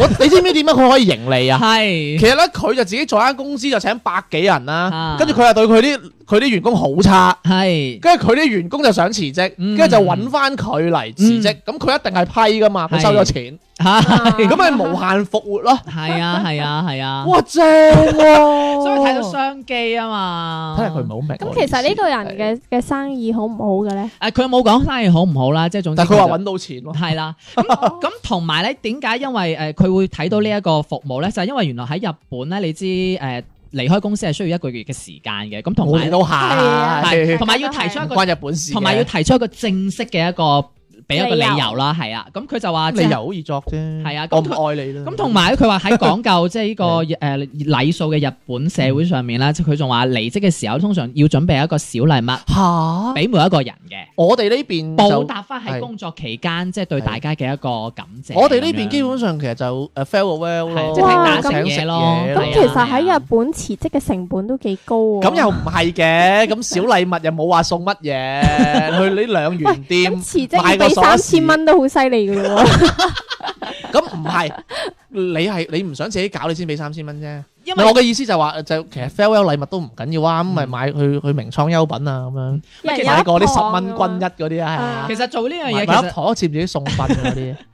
[SPEAKER 1] 我 (laughs) 你知唔知點樣佢可以盈利啊？
[SPEAKER 2] 係
[SPEAKER 1] 其實咧，佢就自己做間公司就請百幾人啦
[SPEAKER 2] 啊，
[SPEAKER 1] 跟住佢又對佢啲佢啲員工好差，
[SPEAKER 2] 係
[SPEAKER 1] 跟住佢啲員工就想辭職，跟
[SPEAKER 2] 嗯
[SPEAKER 1] 住就揾翻佢嚟辭職，咁佢一定係批噶嘛，佢
[SPEAKER 2] 係
[SPEAKER 1] 收咗錢，
[SPEAKER 2] 嚇
[SPEAKER 1] (laughs) 咁咪無限復活咯，
[SPEAKER 2] 係啊係啊係啊，
[SPEAKER 1] 哇正喎！
[SPEAKER 2] 所以睇到商機啊嘛，
[SPEAKER 1] 睇嚟佢唔係好明。
[SPEAKER 3] 咁其實呢個人嘅嘅生意好唔好嘅咧？
[SPEAKER 2] 誒佢冇講生意好唔好啦，即係總之
[SPEAKER 1] 但係佢
[SPEAKER 2] 就
[SPEAKER 1] 話揾到錢咯，(laughs)
[SPEAKER 2] 係啦，咁咁同埋咧，點解因為誒佢、會睇到呢一個服務咧，就係、因為原來喺日本咧，你知誒、呃、離開公司係需要一個月嘅時間嘅，咁同
[SPEAKER 1] 我
[SPEAKER 2] 埋
[SPEAKER 1] 哋都
[SPEAKER 2] 係
[SPEAKER 1] (laughs) 係，
[SPEAKER 2] 同埋要提出一
[SPEAKER 1] 唔
[SPEAKER 2] 個，
[SPEAKER 1] 關日本事嘅，
[SPEAKER 2] 同埋要提出一個正式嘅一個俾一個理由啦，係啊，咁佢就話即
[SPEAKER 1] 理
[SPEAKER 2] 係
[SPEAKER 1] 由好易作啫。
[SPEAKER 2] 係啊
[SPEAKER 1] 我
[SPEAKER 2] 咁佢
[SPEAKER 1] 唔愛你啦。
[SPEAKER 2] 咁同埋咧，佢話喺講究即
[SPEAKER 1] (laughs)
[SPEAKER 2] 係呢個誒禮數嘅日本社會上面
[SPEAKER 1] 嗯
[SPEAKER 2] 啦，即係佢仲話離職嘅時候通常要準備一個小禮物
[SPEAKER 1] 吓，
[SPEAKER 2] 俾每一個人嘅，
[SPEAKER 1] 我哋呢邊嗯就
[SPEAKER 2] 報答翻
[SPEAKER 1] 係
[SPEAKER 2] 喺工作期間即係對大家嘅一個感謝。
[SPEAKER 1] 我哋呢邊
[SPEAKER 2] 咁樣
[SPEAKER 1] 基本上其實就誒 fail a well 咯，
[SPEAKER 2] 係即係
[SPEAKER 3] 睇
[SPEAKER 1] 哇
[SPEAKER 3] 打
[SPEAKER 1] 請
[SPEAKER 2] 成
[SPEAKER 1] 食
[SPEAKER 2] 嘢咯
[SPEAKER 1] 嘢
[SPEAKER 3] 咁
[SPEAKER 2] 係啊
[SPEAKER 3] 其實喺日本辭職嘅成本都幾高喎。
[SPEAKER 1] 咁又唔係嘅，咁小禮物又冇話送乜嘢，
[SPEAKER 2] (laughs)
[SPEAKER 1] 去呢兩元店
[SPEAKER 3] 咁辭職
[SPEAKER 1] 買
[SPEAKER 3] 要
[SPEAKER 1] 個
[SPEAKER 3] 俾
[SPEAKER 1] 鎖
[SPEAKER 3] 三千
[SPEAKER 1] 匙，
[SPEAKER 3] 蚊都好犀利
[SPEAKER 1] (laughs)
[SPEAKER 3] 嘅咯喎。
[SPEAKER 1] 咁唔係你係你唔想自己搞，你先俾三千蚊啫。
[SPEAKER 2] 因
[SPEAKER 1] 唔係
[SPEAKER 2] 為嗯
[SPEAKER 1] 我嘅意思就係話，就其實 farewell 禮物都唔緊要啊，咁咪買去去名創優品啊咁樣，
[SPEAKER 3] 人有一
[SPEAKER 1] 買過啲十
[SPEAKER 3] 磅㗎
[SPEAKER 1] 蚊均
[SPEAKER 3] 嘛
[SPEAKER 1] 一嗰啲啊，
[SPEAKER 3] 啊
[SPEAKER 2] 其實做呢
[SPEAKER 1] 買
[SPEAKER 2] 樣嘢
[SPEAKER 1] 一
[SPEAKER 2] 其實
[SPEAKER 1] 糖好似自己送分嗰啲，
[SPEAKER 2] (laughs)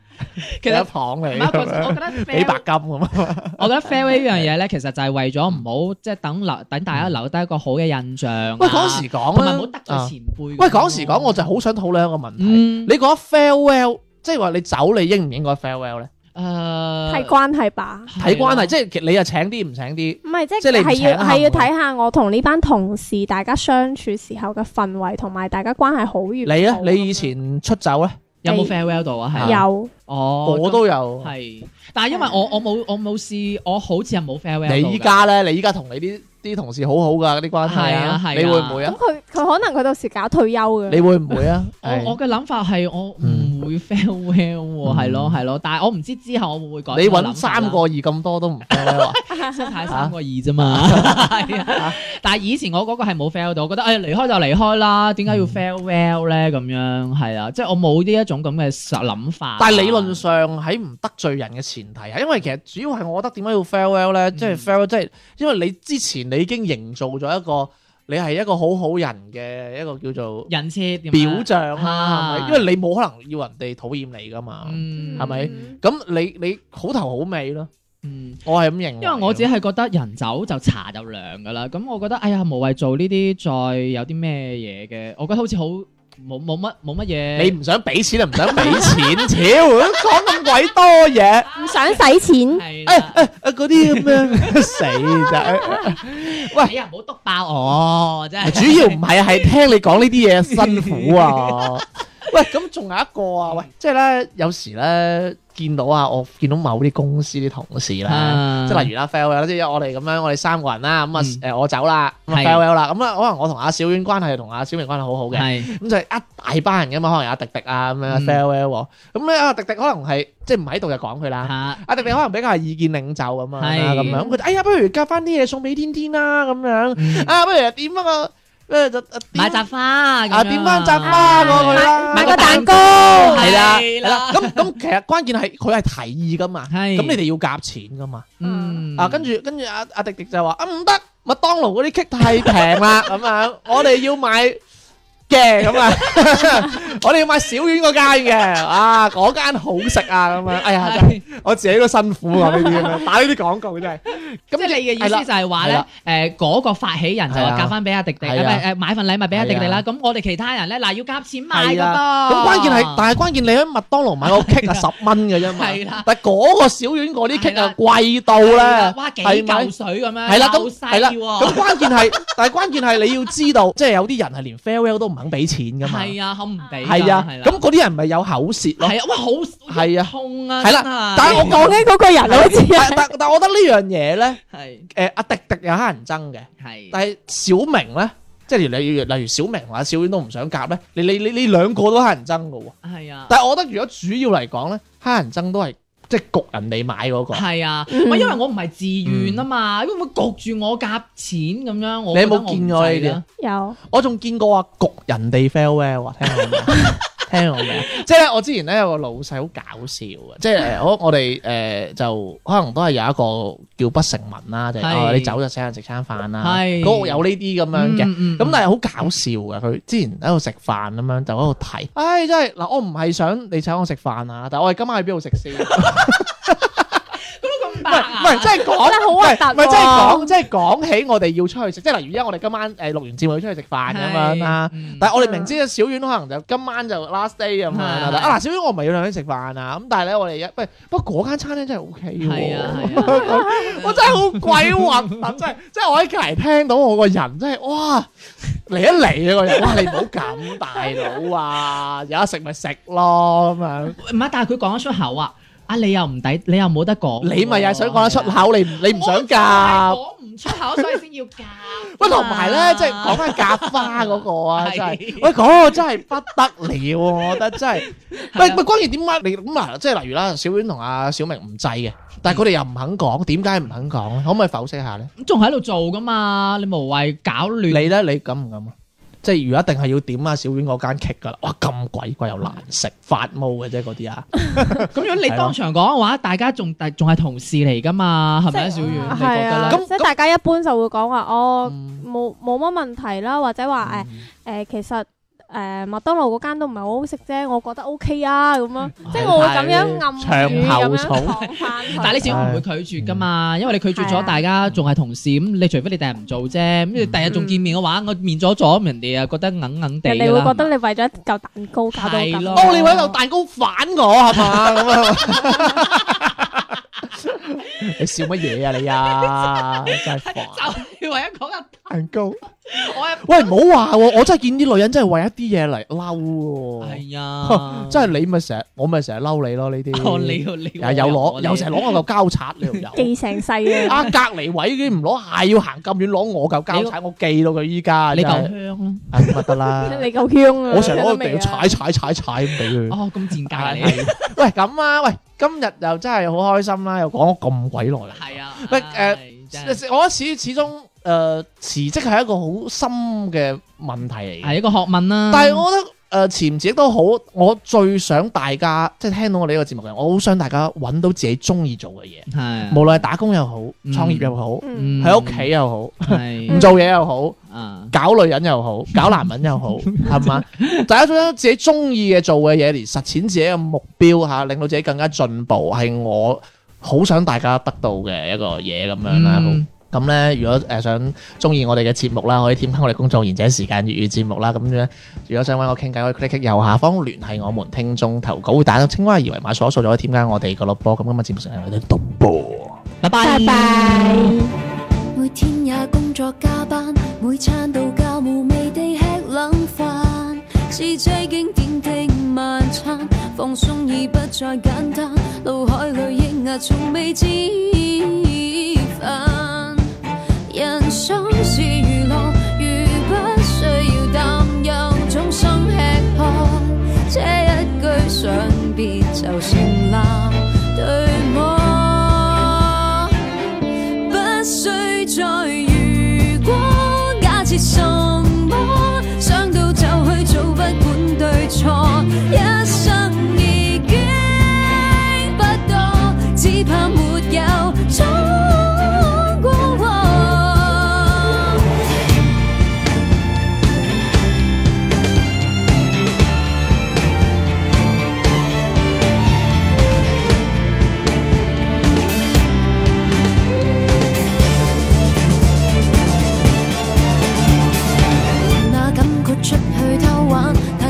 [SPEAKER 2] 其
[SPEAKER 1] 有一
[SPEAKER 2] 實
[SPEAKER 1] 糖
[SPEAKER 2] 唔
[SPEAKER 1] 嚟
[SPEAKER 2] 係，我
[SPEAKER 1] 咁
[SPEAKER 2] 覺得我
[SPEAKER 1] 樣，
[SPEAKER 2] 覺得
[SPEAKER 1] (laughs) 俾白
[SPEAKER 2] farewell-
[SPEAKER 1] 金咁
[SPEAKER 2] (laughs)
[SPEAKER 1] 啊，
[SPEAKER 2] 我覺得 farewell 呢樣嘢咧，其實就係為咗唔好即係等留等大家留低一個好嘅印象啊。
[SPEAKER 1] 嗯喂講時講
[SPEAKER 2] 同埋
[SPEAKER 1] 啦
[SPEAKER 2] 唔好得罪
[SPEAKER 1] 啊
[SPEAKER 2] 前輩。
[SPEAKER 1] 喂，講時講，我就好想討論一個問題。
[SPEAKER 2] 嗯
[SPEAKER 1] 你覺得 farewell，即係話你走，你應唔應該 farewell 咧？
[SPEAKER 2] 誒
[SPEAKER 3] 睇關係吧。
[SPEAKER 1] 睇關係，
[SPEAKER 2] 係啊
[SPEAKER 1] 即係其你又請啲唔請啲。
[SPEAKER 3] 唔係，即
[SPEAKER 1] 即係你
[SPEAKER 3] 係
[SPEAKER 1] 唔
[SPEAKER 3] 係要
[SPEAKER 1] 請客
[SPEAKER 3] 係要
[SPEAKER 1] 喎
[SPEAKER 3] 睇下我同呢班同事大家相處時候嘅氛圍，同埋大家關係好與
[SPEAKER 1] 你
[SPEAKER 3] 唔好
[SPEAKER 1] 咧，
[SPEAKER 3] 咁
[SPEAKER 1] 你以
[SPEAKER 3] 樣
[SPEAKER 1] 前出走咧，
[SPEAKER 2] 有冇 farewell 到啊？係啊
[SPEAKER 3] 有
[SPEAKER 2] 哦，
[SPEAKER 1] 我都有。
[SPEAKER 2] 係，但係因為我我冇我冇試，我好似係冇 farewell 到㗎。
[SPEAKER 1] 你依家咧，你依家同你啲啲同事好好噶啲關係
[SPEAKER 2] 係啊係啊
[SPEAKER 1] 你會唔會
[SPEAKER 3] 咁
[SPEAKER 1] 啊？
[SPEAKER 3] 佢佢可能佢到時搞退休嘅，
[SPEAKER 1] 你會唔會啊？
[SPEAKER 2] 我
[SPEAKER 1] 係
[SPEAKER 2] 我嘅諗法係我
[SPEAKER 1] 嗯
[SPEAKER 2] 唔會 farewell 喎，係咯係咯，但係我唔知之後我會唔會改。
[SPEAKER 1] 你揾三個二咁多都唔 farewell 啊？
[SPEAKER 2] 即係睇三個二啫嘛， (laughs) 係啊！但係以前我嗰個係冇 fail 到，我覺得誒哎離開就離開啦，點解要 fail well 咧？咁樣係啊，即係我冇呢一種咁嘅諗法。
[SPEAKER 1] 但係理論上喺唔得罪人嘅前提，係因為其實主要係我覺得點解要 farewell
[SPEAKER 2] 嗯
[SPEAKER 1] 咧，即係 farewell，即係因為你之前你已經營造咗一個你係一個好好人嘅一個叫做
[SPEAKER 2] 人設點樣
[SPEAKER 1] 表象啦，
[SPEAKER 2] 啊
[SPEAKER 1] 係咪？因為你冇可能要人哋討厭你噶嘛。
[SPEAKER 2] 嗯
[SPEAKER 1] 係咪
[SPEAKER 3] 嗯
[SPEAKER 1] 咁你你好頭好尾咯，
[SPEAKER 2] 嗯，
[SPEAKER 1] 我係咁認為。
[SPEAKER 2] 因為我只係覺得人走就茶就涼噶啦，咁我覺得哎呀無謂做呢啲再有啲咩嘢嘅，我覺得好似好冇冇乜冇乜嘢。
[SPEAKER 1] 你唔想俾錢就唔想俾錢， (laughs) 屌講咁鬼多嘢，
[SPEAKER 3] 唔想使錢，
[SPEAKER 2] 係啦，
[SPEAKER 1] 啊嗰啲咁樣 (laughs) 死啫。喂
[SPEAKER 2] 哎呀唔好督爆我，真
[SPEAKER 1] (laughs)
[SPEAKER 2] 係。
[SPEAKER 1] 主要唔係係聽你講呢啲嘢辛苦啊。 (laughs) 喂，咁仲有一個啊，喂，即係咧有時咧見到啊，我見到某啲公司啲同事咧。
[SPEAKER 2] 啊
[SPEAKER 1] 即係
[SPEAKER 2] (laughs)
[SPEAKER 1] 例如啦，fail 啦，即係我哋咁樣，我哋三個人啦，咁啊
[SPEAKER 2] 嗯
[SPEAKER 1] 誒我走啦，咁啊
[SPEAKER 2] 係
[SPEAKER 1] fail 啦，咁啊可能我同阿小婉關係同阿小明關係好好嘅，
[SPEAKER 2] 係
[SPEAKER 1] 咁就係一大班人噶嘛，可能有阿迪迪啊咁樣
[SPEAKER 2] 嗯
[SPEAKER 1] farewell 喎，咁咧阿迪迪可能係即係唔喺度就講佢啦，
[SPEAKER 2] 嚇
[SPEAKER 1] (laughs) 阿迪迪可能比較係意見領袖咁啊
[SPEAKER 2] 係
[SPEAKER 1] 咁樣，佢就哎呀不如夾翻啲嘢送俾天天啦咁樣，
[SPEAKER 2] 嗯
[SPEAKER 1] 啊不如點一個咧就啊
[SPEAKER 2] 買
[SPEAKER 1] 點
[SPEAKER 2] 扎花咁樣
[SPEAKER 1] 啊點翻扎花過去啦，
[SPEAKER 2] 買
[SPEAKER 3] 買個蛋糕
[SPEAKER 1] 係啦，
[SPEAKER 2] 係
[SPEAKER 1] 係
[SPEAKER 2] 啦
[SPEAKER 1] 啦。咁咁其實關鍵係佢係提議噶嘛，
[SPEAKER 2] 係
[SPEAKER 1] 咁你哋要夾錢噶嘛。
[SPEAKER 2] 嗯
[SPEAKER 1] 啊，跟住跟住阿阿迪迪就話啊唔得，麥當勞嗰啲 cake 太平啦，咁樣我哋要買嘅咁 (laughs) 啊，我哋要買小丸嗰間嘅，啊嗰間好食啊咁樣，哎呀真係
[SPEAKER 2] 係
[SPEAKER 1] 我自己都辛苦啊呢啲咁樣，打呢啲廣告真係，
[SPEAKER 2] 即係
[SPEAKER 1] 咁
[SPEAKER 2] 你嘅意
[SPEAKER 1] 係啦
[SPEAKER 2] 思就係話
[SPEAKER 1] 係
[SPEAKER 2] 咧
[SPEAKER 1] 啦，
[SPEAKER 2] 誒嗰個發起人就
[SPEAKER 1] 係
[SPEAKER 2] 話
[SPEAKER 1] 啊
[SPEAKER 2] 夾翻俾阿迪迪，
[SPEAKER 1] 係
[SPEAKER 2] 誒
[SPEAKER 1] 啊
[SPEAKER 2] 誒買份禮物俾阿迪迪啦。咁我哋其他人咧，嗱要夾錢買噶
[SPEAKER 1] 係
[SPEAKER 2] 噃。
[SPEAKER 1] 咁關鍵係，但係關鍵你喺麥當勞買個 cake 啊十蚊嘅啫
[SPEAKER 2] (laughs) 係
[SPEAKER 1] 嘛
[SPEAKER 2] 啦，
[SPEAKER 1] 但係嗰個小丸嗰啲
[SPEAKER 2] 係
[SPEAKER 1] cake
[SPEAKER 2] 啦
[SPEAKER 1] 啊貴到咧，
[SPEAKER 2] 哇幾
[SPEAKER 1] 係咪
[SPEAKER 2] 嚿水咁樣，
[SPEAKER 1] 係啦，
[SPEAKER 2] 好
[SPEAKER 1] 咁
[SPEAKER 2] 細
[SPEAKER 1] 係啦，
[SPEAKER 2] 喎
[SPEAKER 1] 咁關
[SPEAKER 2] (laughs)
[SPEAKER 1] 鍵係，但係關鍵係你要知道，即係有啲人係連 farewell 都唔肯俾錢噶嘛，
[SPEAKER 2] 係啊，好唔俾㗎。
[SPEAKER 1] 係啊，
[SPEAKER 2] 啦
[SPEAKER 1] 咁嗰啲人咪有口舌咯，
[SPEAKER 2] 係啊，哇好
[SPEAKER 1] 係啊
[SPEAKER 2] 痛啊，
[SPEAKER 1] 係啦
[SPEAKER 2] 真係
[SPEAKER 1] 但係我
[SPEAKER 2] (laughs)
[SPEAKER 3] 講緊嗰個人好似
[SPEAKER 1] 但但但我覺得呢樣嘢咧，
[SPEAKER 2] 係
[SPEAKER 1] 誒阿迪迪有黑人憎嘅，
[SPEAKER 2] 係
[SPEAKER 1] 但係小明咧，即係例如例如小明同阿小婉都唔想夾咧，你你你你兩個都黑人憎嘅喎，
[SPEAKER 2] 係啊。
[SPEAKER 1] 但係我覺得如果主要嚟講咧，黑人憎都係即係焗人哋買嗰個。
[SPEAKER 2] 係啊，唔
[SPEAKER 3] 嗯
[SPEAKER 2] 係因為我唔係自願啊嘛，因為會焗住我夾錢咁樣，我
[SPEAKER 1] 你有
[SPEAKER 2] 覺得
[SPEAKER 1] 冇
[SPEAKER 2] 我唔
[SPEAKER 1] 見過
[SPEAKER 2] 制
[SPEAKER 1] 呢啲
[SPEAKER 2] 啦？
[SPEAKER 3] 有
[SPEAKER 1] 我仲見過啊，焗人哋 farewell 啊，聽過未？
[SPEAKER 2] (laughs)
[SPEAKER 1] 聽過未？即係咧，我之前咧有個老細好搞笑嘅，即係誒我我哋誒就可能都係有一個叫不成文啦，就係
[SPEAKER 2] 係
[SPEAKER 1] 哦你走就請人食餐飯啦，
[SPEAKER 2] 係嗯
[SPEAKER 1] 嗰個有呢啲咁樣嘅。
[SPEAKER 2] 嘅
[SPEAKER 1] 咁但係好搞笑嘅，佢之前喺度食飯咁樣就喺度提，唉真係嗱，我唔係想你請我食飯啊，但係我哋今晚去邊度食先？
[SPEAKER 2] 都咁
[SPEAKER 1] 唔
[SPEAKER 2] 白
[SPEAKER 1] 係
[SPEAKER 2] 啊
[SPEAKER 1] 唔係，真係
[SPEAKER 2] (laughs)
[SPEAKER 1] 講，
[SPEAKER 3] 真係好核突
[SPEAKER 1] 唔係唔係
[SPEAKER 3] 喎
[SPEAKER 1] 真係講，真係講起我哋要出去食，即係例如而家我哋今晚誒錄完節目要出去食飯咁樣啦。
[SPEAKER 2] 係
[SPEAKER 1] 但係我哋明知啊，小丸可能就今晚就 last day 咁樣啦。
[SPEAKER 2] 係
[SPEAKER 1] 啊嗱，小丸我唔係要兩個人食飯啊，咁但係咧我哋一喂，不過嗰間餐廳真係 O K
[SPEAKER 2] 係啊
[SPEAKER 1] 喎。
[SPEAKER 2] 係啊，
[SPEAKER 1] (laughs) 我真係好鬼核突，真係真係我喺隔離聽到我個人真係哇嚟一嚟啊個人，哇你唔好咁大佬啊，有得食咪食咯咁樣。
[SPEAKER 2] 唔係，但係佢講得出口啊！啊，你又唔抵，你又冇得講喎，
[SPEAKER 1] 你咪又係想講得出
[SPEAKER 2] 係啊，
[SPEAKER 1] 口，你唔你唔想夾。
[SPEAKER 2] 我就係講唔出口，所以先要夾。
[SPEAKER 1] (laughs) 喂，同埋咧，即係講翻夾花嗰個啊，
[SPEAKER 2] 係
[SPEAKER 1] 真係，喂，嗰個真係不得了，我覺得真係。喂喂，關鍵點解你咁嗱？即係例如啦，小婉同阿小明唔制嘅，但係佢哋又唔肯講，點解唔肯講咧？可唔可以剖析下咧？
[SPEAKER 2] 咁仲喺度做噶嘛？你無謂搞
[SPEAKER 1] 你
[SPEAKER 2] 亂。
[SPEAKER 1] 咧，你敢唔敢啊？即係如果一定係要點啊小婉嗰間 cake 噶啦，哇咁鬼貴又難食，發毛嘅啫嗰啲啊，
[SPEAKER 2] 咁如果你當場講嘅話，大家仲大仲係同事嚟噶嘛？係咪啊，
[SPEAKER 3] 即
[SPEAKER 2] 小
[SPEAKER 3] 係
[SPEAKER 2] 遠？你
[SPEAKER 3] 係
[SPEAKER 2] 覺得
[SPEAKER 3] 啊
[SPEAKER 2] 咧？
[SPEAKER 1] 咁
[SPEAKER 3] 即係大家一般就會講話哦，
[SPEAKER 1] 嗯
[SPEAKER 3] 冇冇乜問題啦，或者話誒誒其實。誒麥當勞嗰間都唔係好好食啫，我覺得 O K 啊咁樣，即係我會咁樣暗語咁樣講翻佢。
[SPEAKER 2] 但係你始
[SPEAKER 1] 小
[SPEAKER 2] 終唔會拒絕噶嘛，因為你拒絕
[SPEAKER 3] 係
[SPEAKER 2] 咗，
[SPEAKER 3] 啊
[SPEAKER 2] 大家仲係同事，咁你除非你第日唔做啫，咁你第日仲見面嘅話，我面咗咗，人哋啊覺得硬硬地
[SPEAKER 3] 人
[SPEAKER 2] 㗎啦。
[SPEAKER 3] 哋會覺得你為咗一嚿蛋糕搞到
[SPEAKER 2] 係
[SPEAKER 3] 咁
[SPEAKER 2] 咯。
[SPEAKER 1] 哦，你揾嚿蛋糕反我係嘛咁啊？ (laughs) 你笑乜嘢啊你啊？真係煩。
[SPEAKER 2] 就係為咗講緊
[SPEAKER 1] 蛋糕。
[SPEAKER 2] 我係
[SPEAKER 1] 喂，唔好話喎，我真係見啲女人真係為一啲嘢嚟嬲喎。
[SPEAKER 2] 係啊，
[SPEAKER 1] (laughs) 真係你咪成日，我咪成日嬲你咯呢
[SPEAKER 2] (laughs) 哦
[SPEAKER 1] 啲。
[SPEAKER 2] 你又你
[SPEAKER 1] 又有攞，又成日攞我嚿膠刷你條友。
[SPEAKER 3] 記成世啊！
[SPEAKER 1] 啊，隔離位已經唔攞，係要行咁遠攞我嚿膠刷，我記到佢依家。
[SPEAKER 2] 你
[SPEAKER 1] 真係
[SPEAKER 2] 嚿香啦。
[SPEAKER 1] 啊咁咪得
[SPEAKER 3] (laughs)
[SPEAKER 1] 啦。
[SPEAKER 3] 你夠香啊！
[SPEAKER 1] 我成日攞
[SPEAKER 3] 我
[SPEAKER 1] 個地踩踩踩踩咁俾佢。
[SPEAKER 2] 哦，咁賤格啊
[SPEAKER 1] (laughs)
[SPEAKER 2] 你
[SPEAKER 1] 係係喂，咁啊，喂，今日又真係好開心啦，又講咗咁鬼耐啦。
[SPEAKER 2] 係啊，
[SPEAKER 1] (laughs) 喂
[SPEAKER 2] 唉真係
[SPEAKER 1] 我覺得始始終誒辭職係一個好深嘅問題嚟嘅。
[SPEAKER 2] 係一個學問啦。
[SPEAKER 1] 但係我覺得誒呃潛自己都好，我最想大家即係聽到我哋呢個節目嘅人，我好想大家揾到自己中意做嘅嘢，
[SPEAKER 2] 係啊
[SPEAKER 1] 無論係打工又好，
[SPEAKER 2] 嗯
[SPEAKER 1] 創業又好，
[SPEAKER 3] 嗯
[SPEAKER 1] 喺屋企又好，唔
[SPEAKER 2] 係
[SPEAKER 1] 做嘢又好，
[SPEAKER 2] 啊， (laughs)
[SPEAKER 1] 搞女人又好，搞男人又好，係嘛？大家想自己中意嘅做嘅嘢，嚟實踐自己嘅目標嚇，令到自己更加進步，係我好想大家得到嘅一個嘢咁樣啦。好
[SPEAKER 2] 嗯
[SPEAKER 1] 咁咧，如果誒想中意我哋嘅節目啦，可以添加我哋公眾賢者時間粵語節目啦。咁咧，如果想揾我傾偈，可以 click click 右下方聯繫我們聽眾投稿，會打到青蛙二維碼掃一掃就可以添加我哋個錄播。咁今日節目時間我哋到噃。
[SPEAKER 2] 拜
[SPEAKER 3] 拜拜。
[SPEAKER 7] 每天也工作加班，每餐到家無味地吃冷飯，是最經典的晚餐，放鬆已不再簡單，腦海裏抑壓從未止返。人生是娛樂，如不需要擔憂，終生吃喝，這一句想必就成立，對麼？不需再如果，假設什麼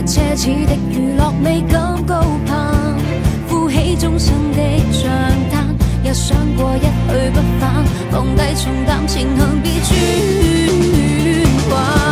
[SPEAKER 7] 奢侈的娛樂美感高攀，呼起終生的帳單，也想過一去不返，放低重擔前行別轉彎。Oh,